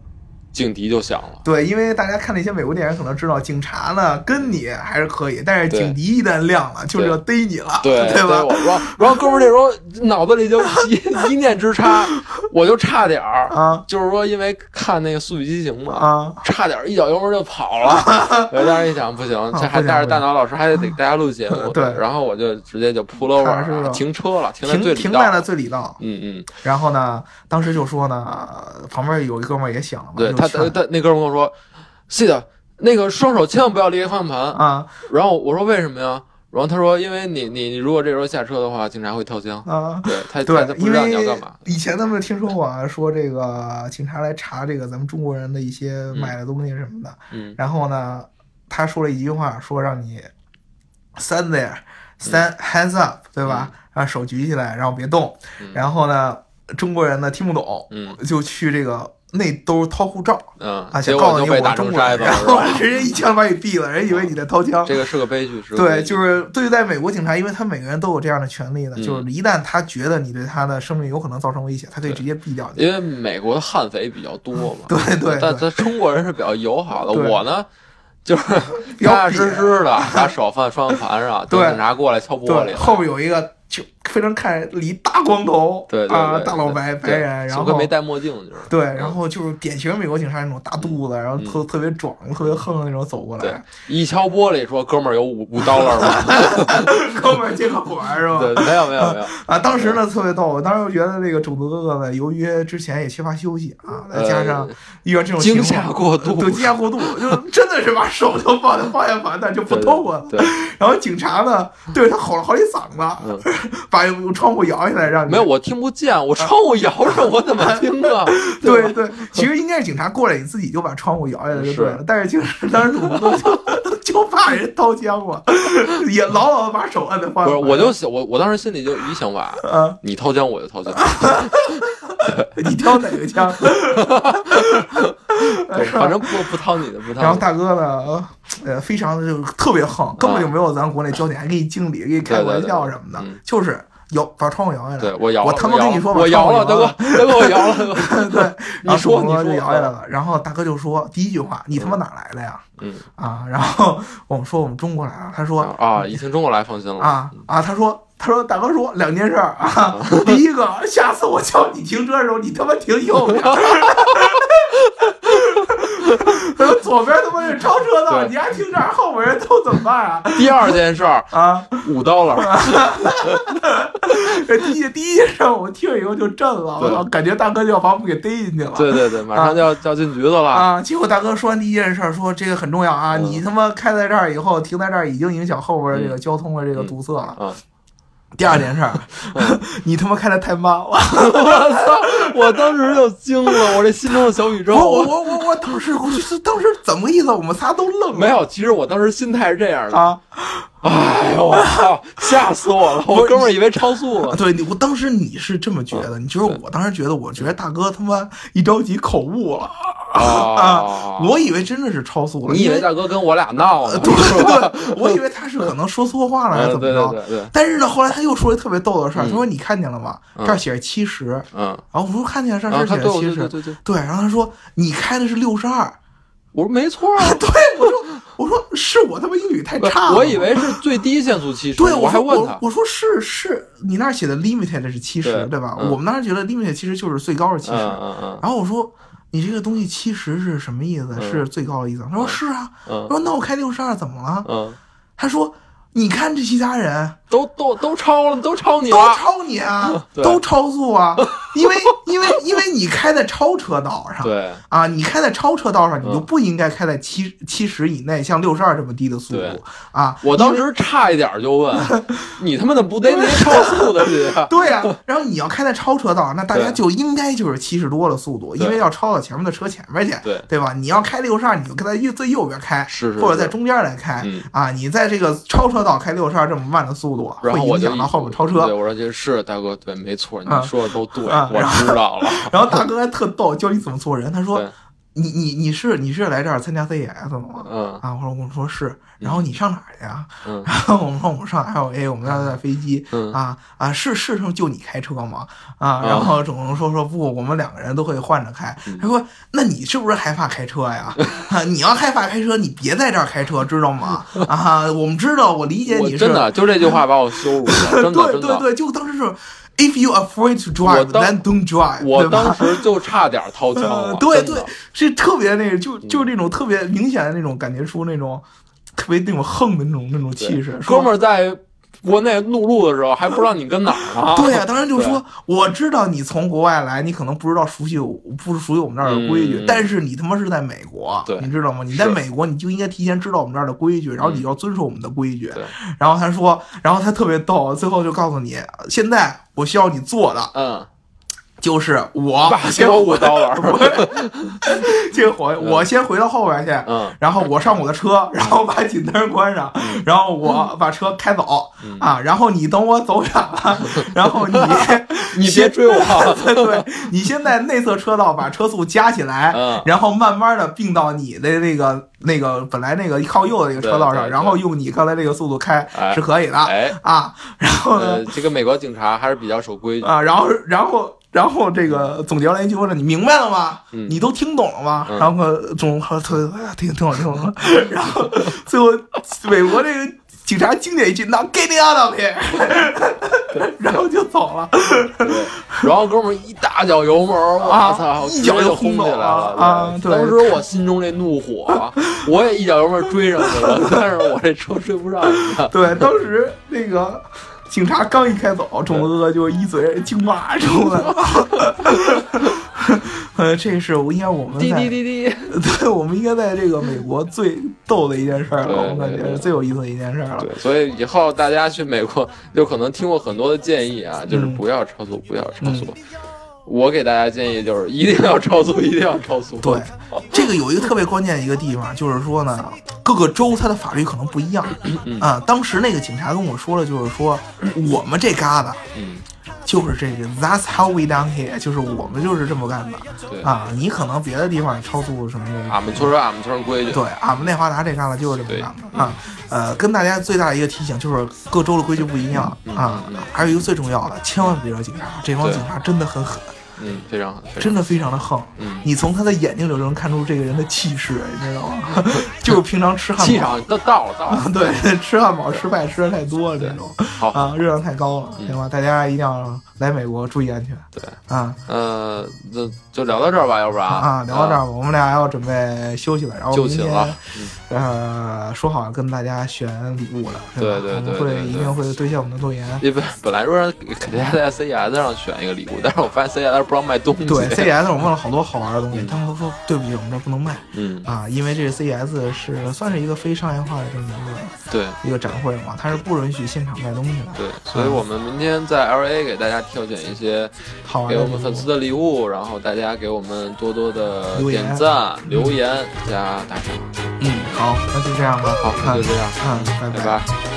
Speaker 3: 警笛就响了。
Speaker 2: 对，因为大家看那些美国电影，可能知道警察呢跟你还是可以，但是
Speaker 3: 对
Speaker 2: 警笛一旦亮了，就是要逮你了，
Speaker 3: 对
Speaker 2: 吧？
Speaker 3: 我然后然后哥们儿这时候脑子里就一一念之差，我就差点儿，
Speaker 2: 啊
Speaker 3: 就是说因为看那个《速度与激情》嘛，
Speaker 2: 啊，
Speaker 3: 差点儿一脚油门就 跑了。对，当时一想不行，这还
Speaker 2: 啊不行
Speaker 3: 带着
Speaker 2: 不行啊
Speaker 3: 大脑老师还得给大家录 节目，
Speaker 2: 对
Speaker 3: 然后我就直接就 pull
Speaker 2: 踏实
Speaker 3: over
Speaker 2: 了
Speaker 3: 了停车了，停在
Speaker 2: 停
Speaker 3: 最里
Speaker 2: 停
Speaker 3: 道
Speaker 2: 在了最里道，
Speaker 3: 嗯嗯，
Speaker 2: 然后呢，当时就说呢，旁边有一哥们儿也醒了嘛，
Speaker 3: 对
Speaker 2: 啊就
Speaker 3: 他
Speaker 2: 劝
Speaker 3: 他他那哥们跟我说，是的，那个双手千万不要离开方向盘。
Speaker 2: 啊
Speaker 3: 然后我说为什么呀？然后他说因为你你你如果这时候下车的话，警察会跳江。
Speaker 2: 啊，
Speaker 3: 对他他他
Speaker 2: 对，因
Speaker 3: 不知道你要
Speaker 2: 为
Speaker 3: 干嘛。
Speaker 2: 以前他们听说过啊，说这个警察来查这个咱们中国人的一些买的东西什么的，
Speaker 3: 嗯
Speaker 2: 然后呢，他说了一句话，说让你 stand there, stand hands up，对吧？啊，手举起来，然后别动
Speaker 3: 嗯。
Speaker 2: 然后呢，中国人呢听不懂，
Speaker 3: 嗯
Speaker 2: 就去这个内兜掏护照
Speaker 3: 嗯，
Speaker 2: 啊，
Speaker 3: 结
Speaker 2: 想
Speaker 3: 果
Speaker 2: 告诉
Speaker 3: 就
Speaker 2: 你
Speaker 3: 被
Speaker 2: 我
Speaker 3: 打
Speaker 2: 中
Speaker 3: 成
Speaker 2: 国
Speaker 3: 筛
Speaker 2: 人，
Speaker 3: 子
Speaker 2: 然
Speaker 3: 了。是
Speaker 2: 后
Speaker 3: 吧嗯
Speaker 2: 人家一枪把你毙了，人家以为你在掏枪。
Speaker 3: 这个是个悲剧，是个
Speaker 2: 对，
Speaker 3: 悲剧
Speaker 2: 就是对待美国警察，因为他每个人都有这样的权利的，
Speaker 3: 嗯
Speaker 2: 就是一旦他觉得你对他的生命有可能造成威胁，他可以
Speaker 3: 对
Speaker 2: 直接毙掉你。
Speaker 3: 因为美国的悍匪比较多嘛，
Speaker 2: 对对
Speaker 3: 但
Speaker 2: 对
Speaker 3: 咱中国人是比较友好的，
Speaker 2: 对
Speaker 3: 我呢就是
Speaker 2: 比较
Speaker 3: 踏踏
Speaker 2: 比
Speaker 3: 实实的，把手放在方向盘上，等
Speaker 2: 对
Speaker 3: 警察过来敲玻
Speaker 2: 对，
Speaker 3: 璃，
Speaker 2: 后面有一个就非常看一大光头，
Speaker 3: 对对
Speaker 2: 啊，
Speaker 3: 对，
Speaker 2: 大老
Speaker 3: 对
Speaker 2: 白白
Speaker 3: 对
Speaker 2: 人，然
Speaker 3: 就
Speaker 2: 后
Speaker 3: 跟没嗯戴墨镜就是，
Speaker 2: 对，然后就是典型美国警察那种大肚子，然后特特别壮、特别横的那种走过
Speaker 3: 嗯对
Speaker 2: 来，，
Speaker 3: 一敲玻璃说哥们儿有五五刀了吗？
Speaker 2: 哥们儿借个火是吧？
Speaker 3: 对，没有没 有没有，
Speaker 2: 啊，当时呢特别逗，我当时我觉得那个种子哥哥呢，由于之前也缺乏休息啊，再加上遇到这种情
Speaker 3: 呃惊
Speaker 2: 况
Speaker 3: 吓过度，
Speaker 2: 对，惊吓过度，就真的是把手就放在方向盘那儿就不
Speaker 3: 对
Speaker 2: 动了。
Speaker 3: 对，对
Speaker 2: 然后警察呢，对着他吼了好几嗓
Speaker 3: 嗯
Speaker 2: 子，把窗户摇下来让你
Speaker 3: 没有我听不见，我窗户摇着，我怎么听
Speaker 2: 啊
Speaker 3: 啊？吧
Speaker 2: 对对，其实应该是警察过来，你自己就把窗户摇下来就对了
Speaker 3: 是。
Speaker 2: 但是就是当时我们都就 就怕人掏枪嘛， 也牢牢的把手摁在方
Speaker 3: 不是，
Speaker 2: 向盘。
Speaker 3: 我就想我我当时心里就一想法，
Speaker 2: 啊，
Speaker 3: 你掏枪我就掏枪，
Speaker 2: 你挑哪个 枪？
Speaker 3: 对，反正不不掏你的，不
Speaker 2: 然
Speaker 3: 掏
Speaker 2: 后
Speaker 3: 你的。
Speaker 2: 大哥呢，呃，非常的就是特别横，根本就没有咱国内交警还给你敬礼、给你开玩笑什么的
Speaker 3: 对对对嗯，
Speaker 2: 就是摇把窗户摇下来。
Speaker 3: 对我摇了，
Speaker 2: 我他妈
Speaker 3: 摇
Speaker 2: 跟你说吧
Speaker 3: 我摇了，
Speaker 2: 窗
Speaker 3: 大
Speaker 2: 户
Speaker 3: 哥
Speaker 2: 摇，
Speaker 3: 大哥，我摇了，大哥
Speaker 2: 对，
Speaker 3: 你
Speaker 2: 然
Speaker 3: 说，
Speaker 2: 后
Speaker 3: 你
Speaker 2: 我
Speaker 3: 说，
Speaker 2: 们就摇下来了。然后大哥就说第一句话：“你他妈哪来的呀
Speaker 3: 嗯？”
Speaker 2: 啊，然后我们说我们中国来了，他说
Speaker 3: 啊，一听中国来放心了
Speaker 2: 啊啊，他说他说大哥说两件事儿 啊，第一个，下次我叫你停车的时候，你他妈停右边儿。 左边他妈是超车道，
Speaker 3: 对
Speaker 2: 你还停这儿，后边人都怎么办啊？
Speaker 3: 第二件事儿，
Speaker 2: 啊，
Speaker 3: 五刀了，
Speaker 2: 这第一第一件事我听以后就震了，我
Speaker 3: 对
Speaker 2: 操，感觉大哥就要把我们给逮进去了。
Speaker 3: 对啊对对，马上就要就要进局子了，
Speaker 2: 啊，结果大哥说完第一件事儿，说这个很重要啊，
Speaker 3: 嗯
Speaker 2: 你他妈开在这儿以后，停在这儿已经影响后边儿这个交通的这个
Speaker 3: 嗯
Speaker 2: 堵塞了。
Speaker 3: 嗯
Speaker 2: 第二件事儿， 你他妈开的太慢了，
Speaker 3: 我操！我当时就惊了，我这心中的小宇宙，
Speaker 2: 我我我我我当时我就是当时怎么意思？我们仨都愣了。
Speaker 3: 没有，其实我当时心态是这样的，
Speaker 2: 啊，
Speaker 3: 哎呦我操，吓死我了！我哥们儿以为超速了，
Speaker 2: 对，你我当时你是这么觉得，你
Speaker 3: 嗯
Speaker 2: 就是我当时觉得，我觉得大哥他妈一着急口误了，
Speaker 3: 啊
Speaker 2: 我以为真的是超速了，
Speaker 3: 你以
Speaker 2: 因
Speaker 3: 为 大哥跟我俩闹呢？
Speaker 2: 对对，我以为他是可能说错话了还是
Speaker 3: 嗯
Speaker 2: 怎么
Speaker 3: 对
Speaker 2: 着
Speaker 3: 对，对对，
Speaker 2: 但是呢，后来他又说了特别逗的事儿，
Speaker 3: 嗯
Speaker 2: 他说你看见了吗？
Speaker 3: 嗯
Speaker 2: 这儿写着七十，然
Speaker 3: 嗯，
Speaker 2: 后我说看见了，
Speaker 3: 然后
Speaker 2: 上
Speaker 3: 他
Speaker 2: 上
Speaker 3: 对我
Speaker 2: 写
Speaker 3: 对
Speaker 2: 着
Speaker 3: 对
Speaker 2: 七十，
Speaker 3: 对对，
Speaker 2: 对，然后他说你开的是六十二，
Speaker 3: 我说没错啊，
Speaker 2: 对我说我说是我他妈英语太差了，
Speaker 3: 我以。为是最低限速七十，
Speaker 2: 对，
Speaker 3: 我还
Speaker 2: 说
Speaker 3: 问
Speaker 2: 我
Speaker 3: 他，
Speaker 2: 我说是是，你那儿写的 limited 是七十，
Speaker 3: 对
Speaker 2: 对吧？
Speaker 3: 嗯
Speaker 2: 我们当时觉得 limited 其实就是最高是七十，
Speaker 3: 嗯嗯
Speaker 2: 然后我说你这个东西七十是什么意思？
Speaker 3: 嗯
Speaker 2: 是最高的意思吗？他说是啊。我
Speaker 3: 嗯嗯
Speaker 2: 说那我开六十二怎么了？
Speaker 3: 嗯，
Speaker 2: 他说你看这其他人
Speaker 3: 都都都超了，都超你
Speaker 2: 都
Speaker 3: 了，
Speaker 2: 超你啊，
Speaker 3: 嗯对
Speaker 2: 都超速 啊，因为因为因为你开在超车道上。
Speaker 3: 对
Speaker 2: 啊，你开在超车道上，你就
Speaker 3: 嗯
Speaker 2: 不应该开在七七十以内，像六十二这么低的速
Speaker 3: 对
Speaker 2: 度啊！
Speaker 3: 我当时差一点 就问，你他妈怎么不逮那些超速的去啊？
Speaker 2: 对 呀、然后你要开在超车道，那大家
Speaker 3: 对
Speaker 2: 就应该就是七十多的速度，因
Speaker 3: 对
Speaker 2: 为要超到前面的车前面去，
Speaker 3: 对
Speaker 2: 吧？你要开六十二，你就在右最右边开，
Speaker 3: 是是
Speaker 2: 或者在
Speaker 3: 是
Speaker 2: 中间来开、
Speaker 3: 嗯
Speaker 2: 啊。你在这个超车道开六十二这么慢的速度，啊
Speaker 3: 然后我
Speaker 2: 会影
Speaker 3: 就
Speaker 2: 响到后面超
Speaker 3: 对
Speaker 2: 车。
Speaker 3: 我说这是大哥，对，没错，你
Speaker 2: 啊
Speaker 3: 说的都对，
Speaker 2: 啊
Speaker 3: 我
Speaker 2: 然
Speaker 3: 知道了。
Speaker 2: 然后大哥还特 逗，教你怎么做人。他说
Speaker 3: 对：“
Speaker 2: 你你你是你是来这儿参加 CES 的吗？”
Speaker 3: 嗯
Speaker 2: 啊，我说我说是，然后你上哪儿去啊？
Speaker 3: 嗯
Speaker 2: 然后我们说我们上 L A，我们那在飞机、
Speaker 3: 嗯
Speaker 2: 啊啊是是是就你开车吗？啊，
Speaker 3: 啊
Speaker 2: 然后整容说说不，我们两个人都会换着开。
Speaker 3: 嗯
Speaker 2: 他说那你是不是害怕开车呀？ 啊，你要害怕开车，你别在这儿开车，知道吗？啊，我们知道，我理解
Speaker 3: 我
Speaker 2: 你是
Speaker 3: 真的就这句话把我羞 辱了，真的
Speaker 2: 对
Speaker 3: 真
Speaker 2: 对
Speaker 3: 的。
Speaker 2: 对，就当时是。If you are afraid to
Speaker 3: 我
Speaker 2: drive,
Speaker 3: 当
Speaker 2: then don't drive，
Speaker 3: 我
Speaker 2: 对吧
Speaker 3: 当时就差点掏枪
Speaker 2: 呃
Speaker 3: 了，，
Speaker 2: 对
Speaker 3: 啊真
Speaker 2: 对
Speaker 3: 的，嗯
Speaker 2: 是特别那个，就就是那种特别明显的那种，感觉出那种特别那种横的那种那种气势。
Speaker 3: 哥
Speaker 2: 说
Speaker 3: 们儿在国内怒路的时候还不知道你跟哪儿啊呢。
Speaker 2: 对呀、啊当时就说我知道你从国外来，你可能不知道熟悉我不是熟悉我们这儿的规矩，
Speaker 3: 嗯
Speaker 2: 但是你他妈是在美国
Speaker 3: 对，
Speaker 2: 你知道吗？你在
Speaker 3: 是
Speaker 2: 美国你就应该提前知道我们这儿的规矩，然后
Speaker 3: 嗯
Speaker 2: 你要遵守我们的规矩。
Speaker 3: 对
Speaker 2: 然后他说，然后他特别逗，最后就告诉你，现在我需要你做的
Speaker 3: 嗯，
Speaker 2: 就是我
Speaker 3: 把
Speaker 2: 先
Speaker 3: 我五刀玩 儿，
Speaker 2: 先回，我先回到后边去。
Speaker 3: 嗯，
Speaker 2: 然后我上我的车，然后把紧灯关上，然后我把车开走
Speaker 3: 嗯
Speaker 2: 啊，然后你等我走远了， 然后你
Speaker 3: 你别追我，
Speaker 2: 对对，你先在内侧车道把车速加起来，
Speaker 3: 嗯，
Speaker 2: 然后慢慢的并到你的那个那个本来那个靠右的那个车道
Speaker 3: 对对
Speaker 2: 上，
Speaker 3: 对
Speaker 2: 然后用你刚才那个速度开
Speaker 3: 哎
Speaker 2: 是可以的
Speaker 3: 哎，
Speaker 2: 啊，然后呢
Speaker 3: 呃，这个美国警察还是比较守规矩，
Speaker 2: 啊，然后然后然后这个总结完一句问你明白了吗？
Speaker 3: 嗯
Speaker 2: 你都听懂了吗？
Speaker 3: 嗯
Speaker 2: 然后总和特挺挺好哎听了， 然后最后美国这个警察经典一句 “Now get out of here”，然 后就走了
Speaker 3: 对，然后哥们儿一大脚油门儿，我
Speaker 2: 啊
Speaker 3: 操，
Speaker 2: 一脚
Speaker 3: 直接
Speaker 2: 就
Speaker 3: 就轰
Speaker 2: 轰
Speaker 3: 起来
Speaker 2: 走了
Speaker 3: 了
Speaker 2: 啊对
Speaker 3: 对当时我心中这怒火，我也一脚油门儿追上去了，但是我这车追不上人家。
Speaker 2: 对，当时那个警察刚一开走，种子哥就一嘴惊骂出来了。 呃，这是我应该我们
Speaker 3: 滴滴
Speaker 2: 在
Speaker 3: 滴滴，
Speaker 2: 对，我们应该在这个美国最逗的一件事儿
Speaker 3: 对
Speaker 2: 了，我
Speaker 3: 对
Speaker 2: 感觉
Speaker 3: 对
Speaker 2: 是最有意思的一件事儿了。
Speaker 3: 对，所以以后大家去美国，就可能听过很多的建议啊，就是不要超速，不要超速。我给大家建议就是一定要超速，一定要超速。
Speaker 2: 对， 这个有一个特别关键的一个地方，就是说呢，各个州它的法律可能不一样。
Speaker 3: 嗯
Speaker 2: 啊，当时那个警察跟我说了，就是说我们这旮瘩
Speaker 3: 嗯，
Speaker 2: 就是这个，That's how we done here，就是我们就是这么干的。
Speaker 3: 对，
Speaker 2: 啊，你可能别的地方你超速什么的。
Speaker 3: 俺们村儿有啊俺们村儿规矩。
Speaker 2: 对，俺们内华达这旮旯就是这么干
Speaker 3: 嗯
Speaker 2: 的啊。呃，跟大家最大的一个提醒就是各州的规矩不一样啊。还有一个最重要的，千万别惹警察，这帮
Speaker 3: 嗯对
Speaker 2: 警察真的很狠。
Speaker 3: 嗯，非常好，非常
Speaker 2: 真的非常的横。
Speaker 3: 嗯
Speaker 2: 你从他的眼睛里就能看出这个人的气势，你知道 吗？就是平常吃汉
Speaker 3: 气
Speaker 2: 堡，
Speaker 3: 场都到了，到了，
Speaker 2: 对，吃汉堡失败吃的太多了这种，
Speaker 3: 好嗯
Speaker 2: 啊，热量太高了，行吧？大家一定要来美国注意安全
Speaker 3: 对，
Speaker 2: 啊
Speaker 3: 呃，就就聊到这儿吧，要不然
Speaker 2: 啊！聊到这儿
Speaker 3: 啊
Speaker 2: 吧，我们俩要准备休息了，然后
Speaker 3: 就
Speaker 2: 明
Speaker 3: 寝
Speaker 2: 天
Speaker 3: 了，
Speaker 2: 呃，说好跟大家选礼物了，吧？
Speaker 3: 对对
Speaker 2: 我们
Speaker 3: 对
Speaker 2: 会
Speaker 3: 对对
Speaker 2: 一定会兑现我们的诺 言。
Speaker 3: 呃因为本来说给大家在 CES 上选一个礼物，但是我发现 CES 不让卖东西，
Speaker 2: 对 CES 我问了好多好玩的东西，他们说对不起，我们这不能卖
Speaker 3: 嗯，
Speaker 2: 啊，因为这个 CES 是算是一个非商业化的这么一个
Speaker 3: 对。
Speaker 2: 一个展会嘛，它是不允许现场卖东西的。
Speaker 3: 对，所以我们明天在 L A 给大家挑选一些
Speaker 2: 好啊玩
Speaker 3: 给
Speaker 2: 的
Speaker 3: 哎我
Speaker 2: 礼
Speaker 3: 们粉丝
Speaker 2: 物。
Speaker 3: 的礼物，然后大家给我们多多的
Speaker 2: 留言
Speaker 3: 点赞、留言加打赏。
Speaker 2: 嗯，好，那就这样吧。
Speaker 3: 好，那就这样，
Speaker 2: 嗯，嗯，拜
Speaker 3: 拜拜